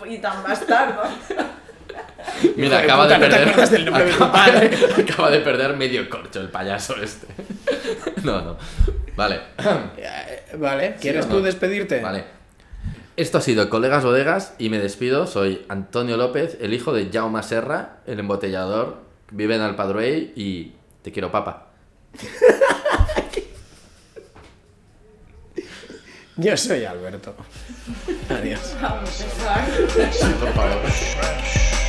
[SPEAKER 5] Y tan bastardo.
[SPEAKER 1] Mira,
[SPEAKER 2] de
[SPEAKER 1] acaba de
[SPEAKER 2] puta, no te
[SPEAKER 1] perder.
[SPEAKER 2] acuerdas del nombre de tu
[SPEAKER 1] acaba,
[SPEAKER 2] padre.
[SPEAKER 1] acaba de perder medio corcho el payaso este. No, no. Vale.
[SPEAKER 2] Eh, Vale, ¿quieres
[SPEAKER 1] o no?
[SPEAKER 2] tú despedirte?
[SPEAKER 1] Vale. Esto ha sido Colegas Bodegas y me despido. Soy Antonio López, el hijo de Jaume Serra, el embotellador. Vive en Alpadruey y te quiero, papa.
[SPEAKER 2] Yo soy Alberto. Adiós.
[SPEAKER 5] Vamos, pesar.
[SPEAKER 1] Sí, por favor.
[SPEAKER 3] Fresh.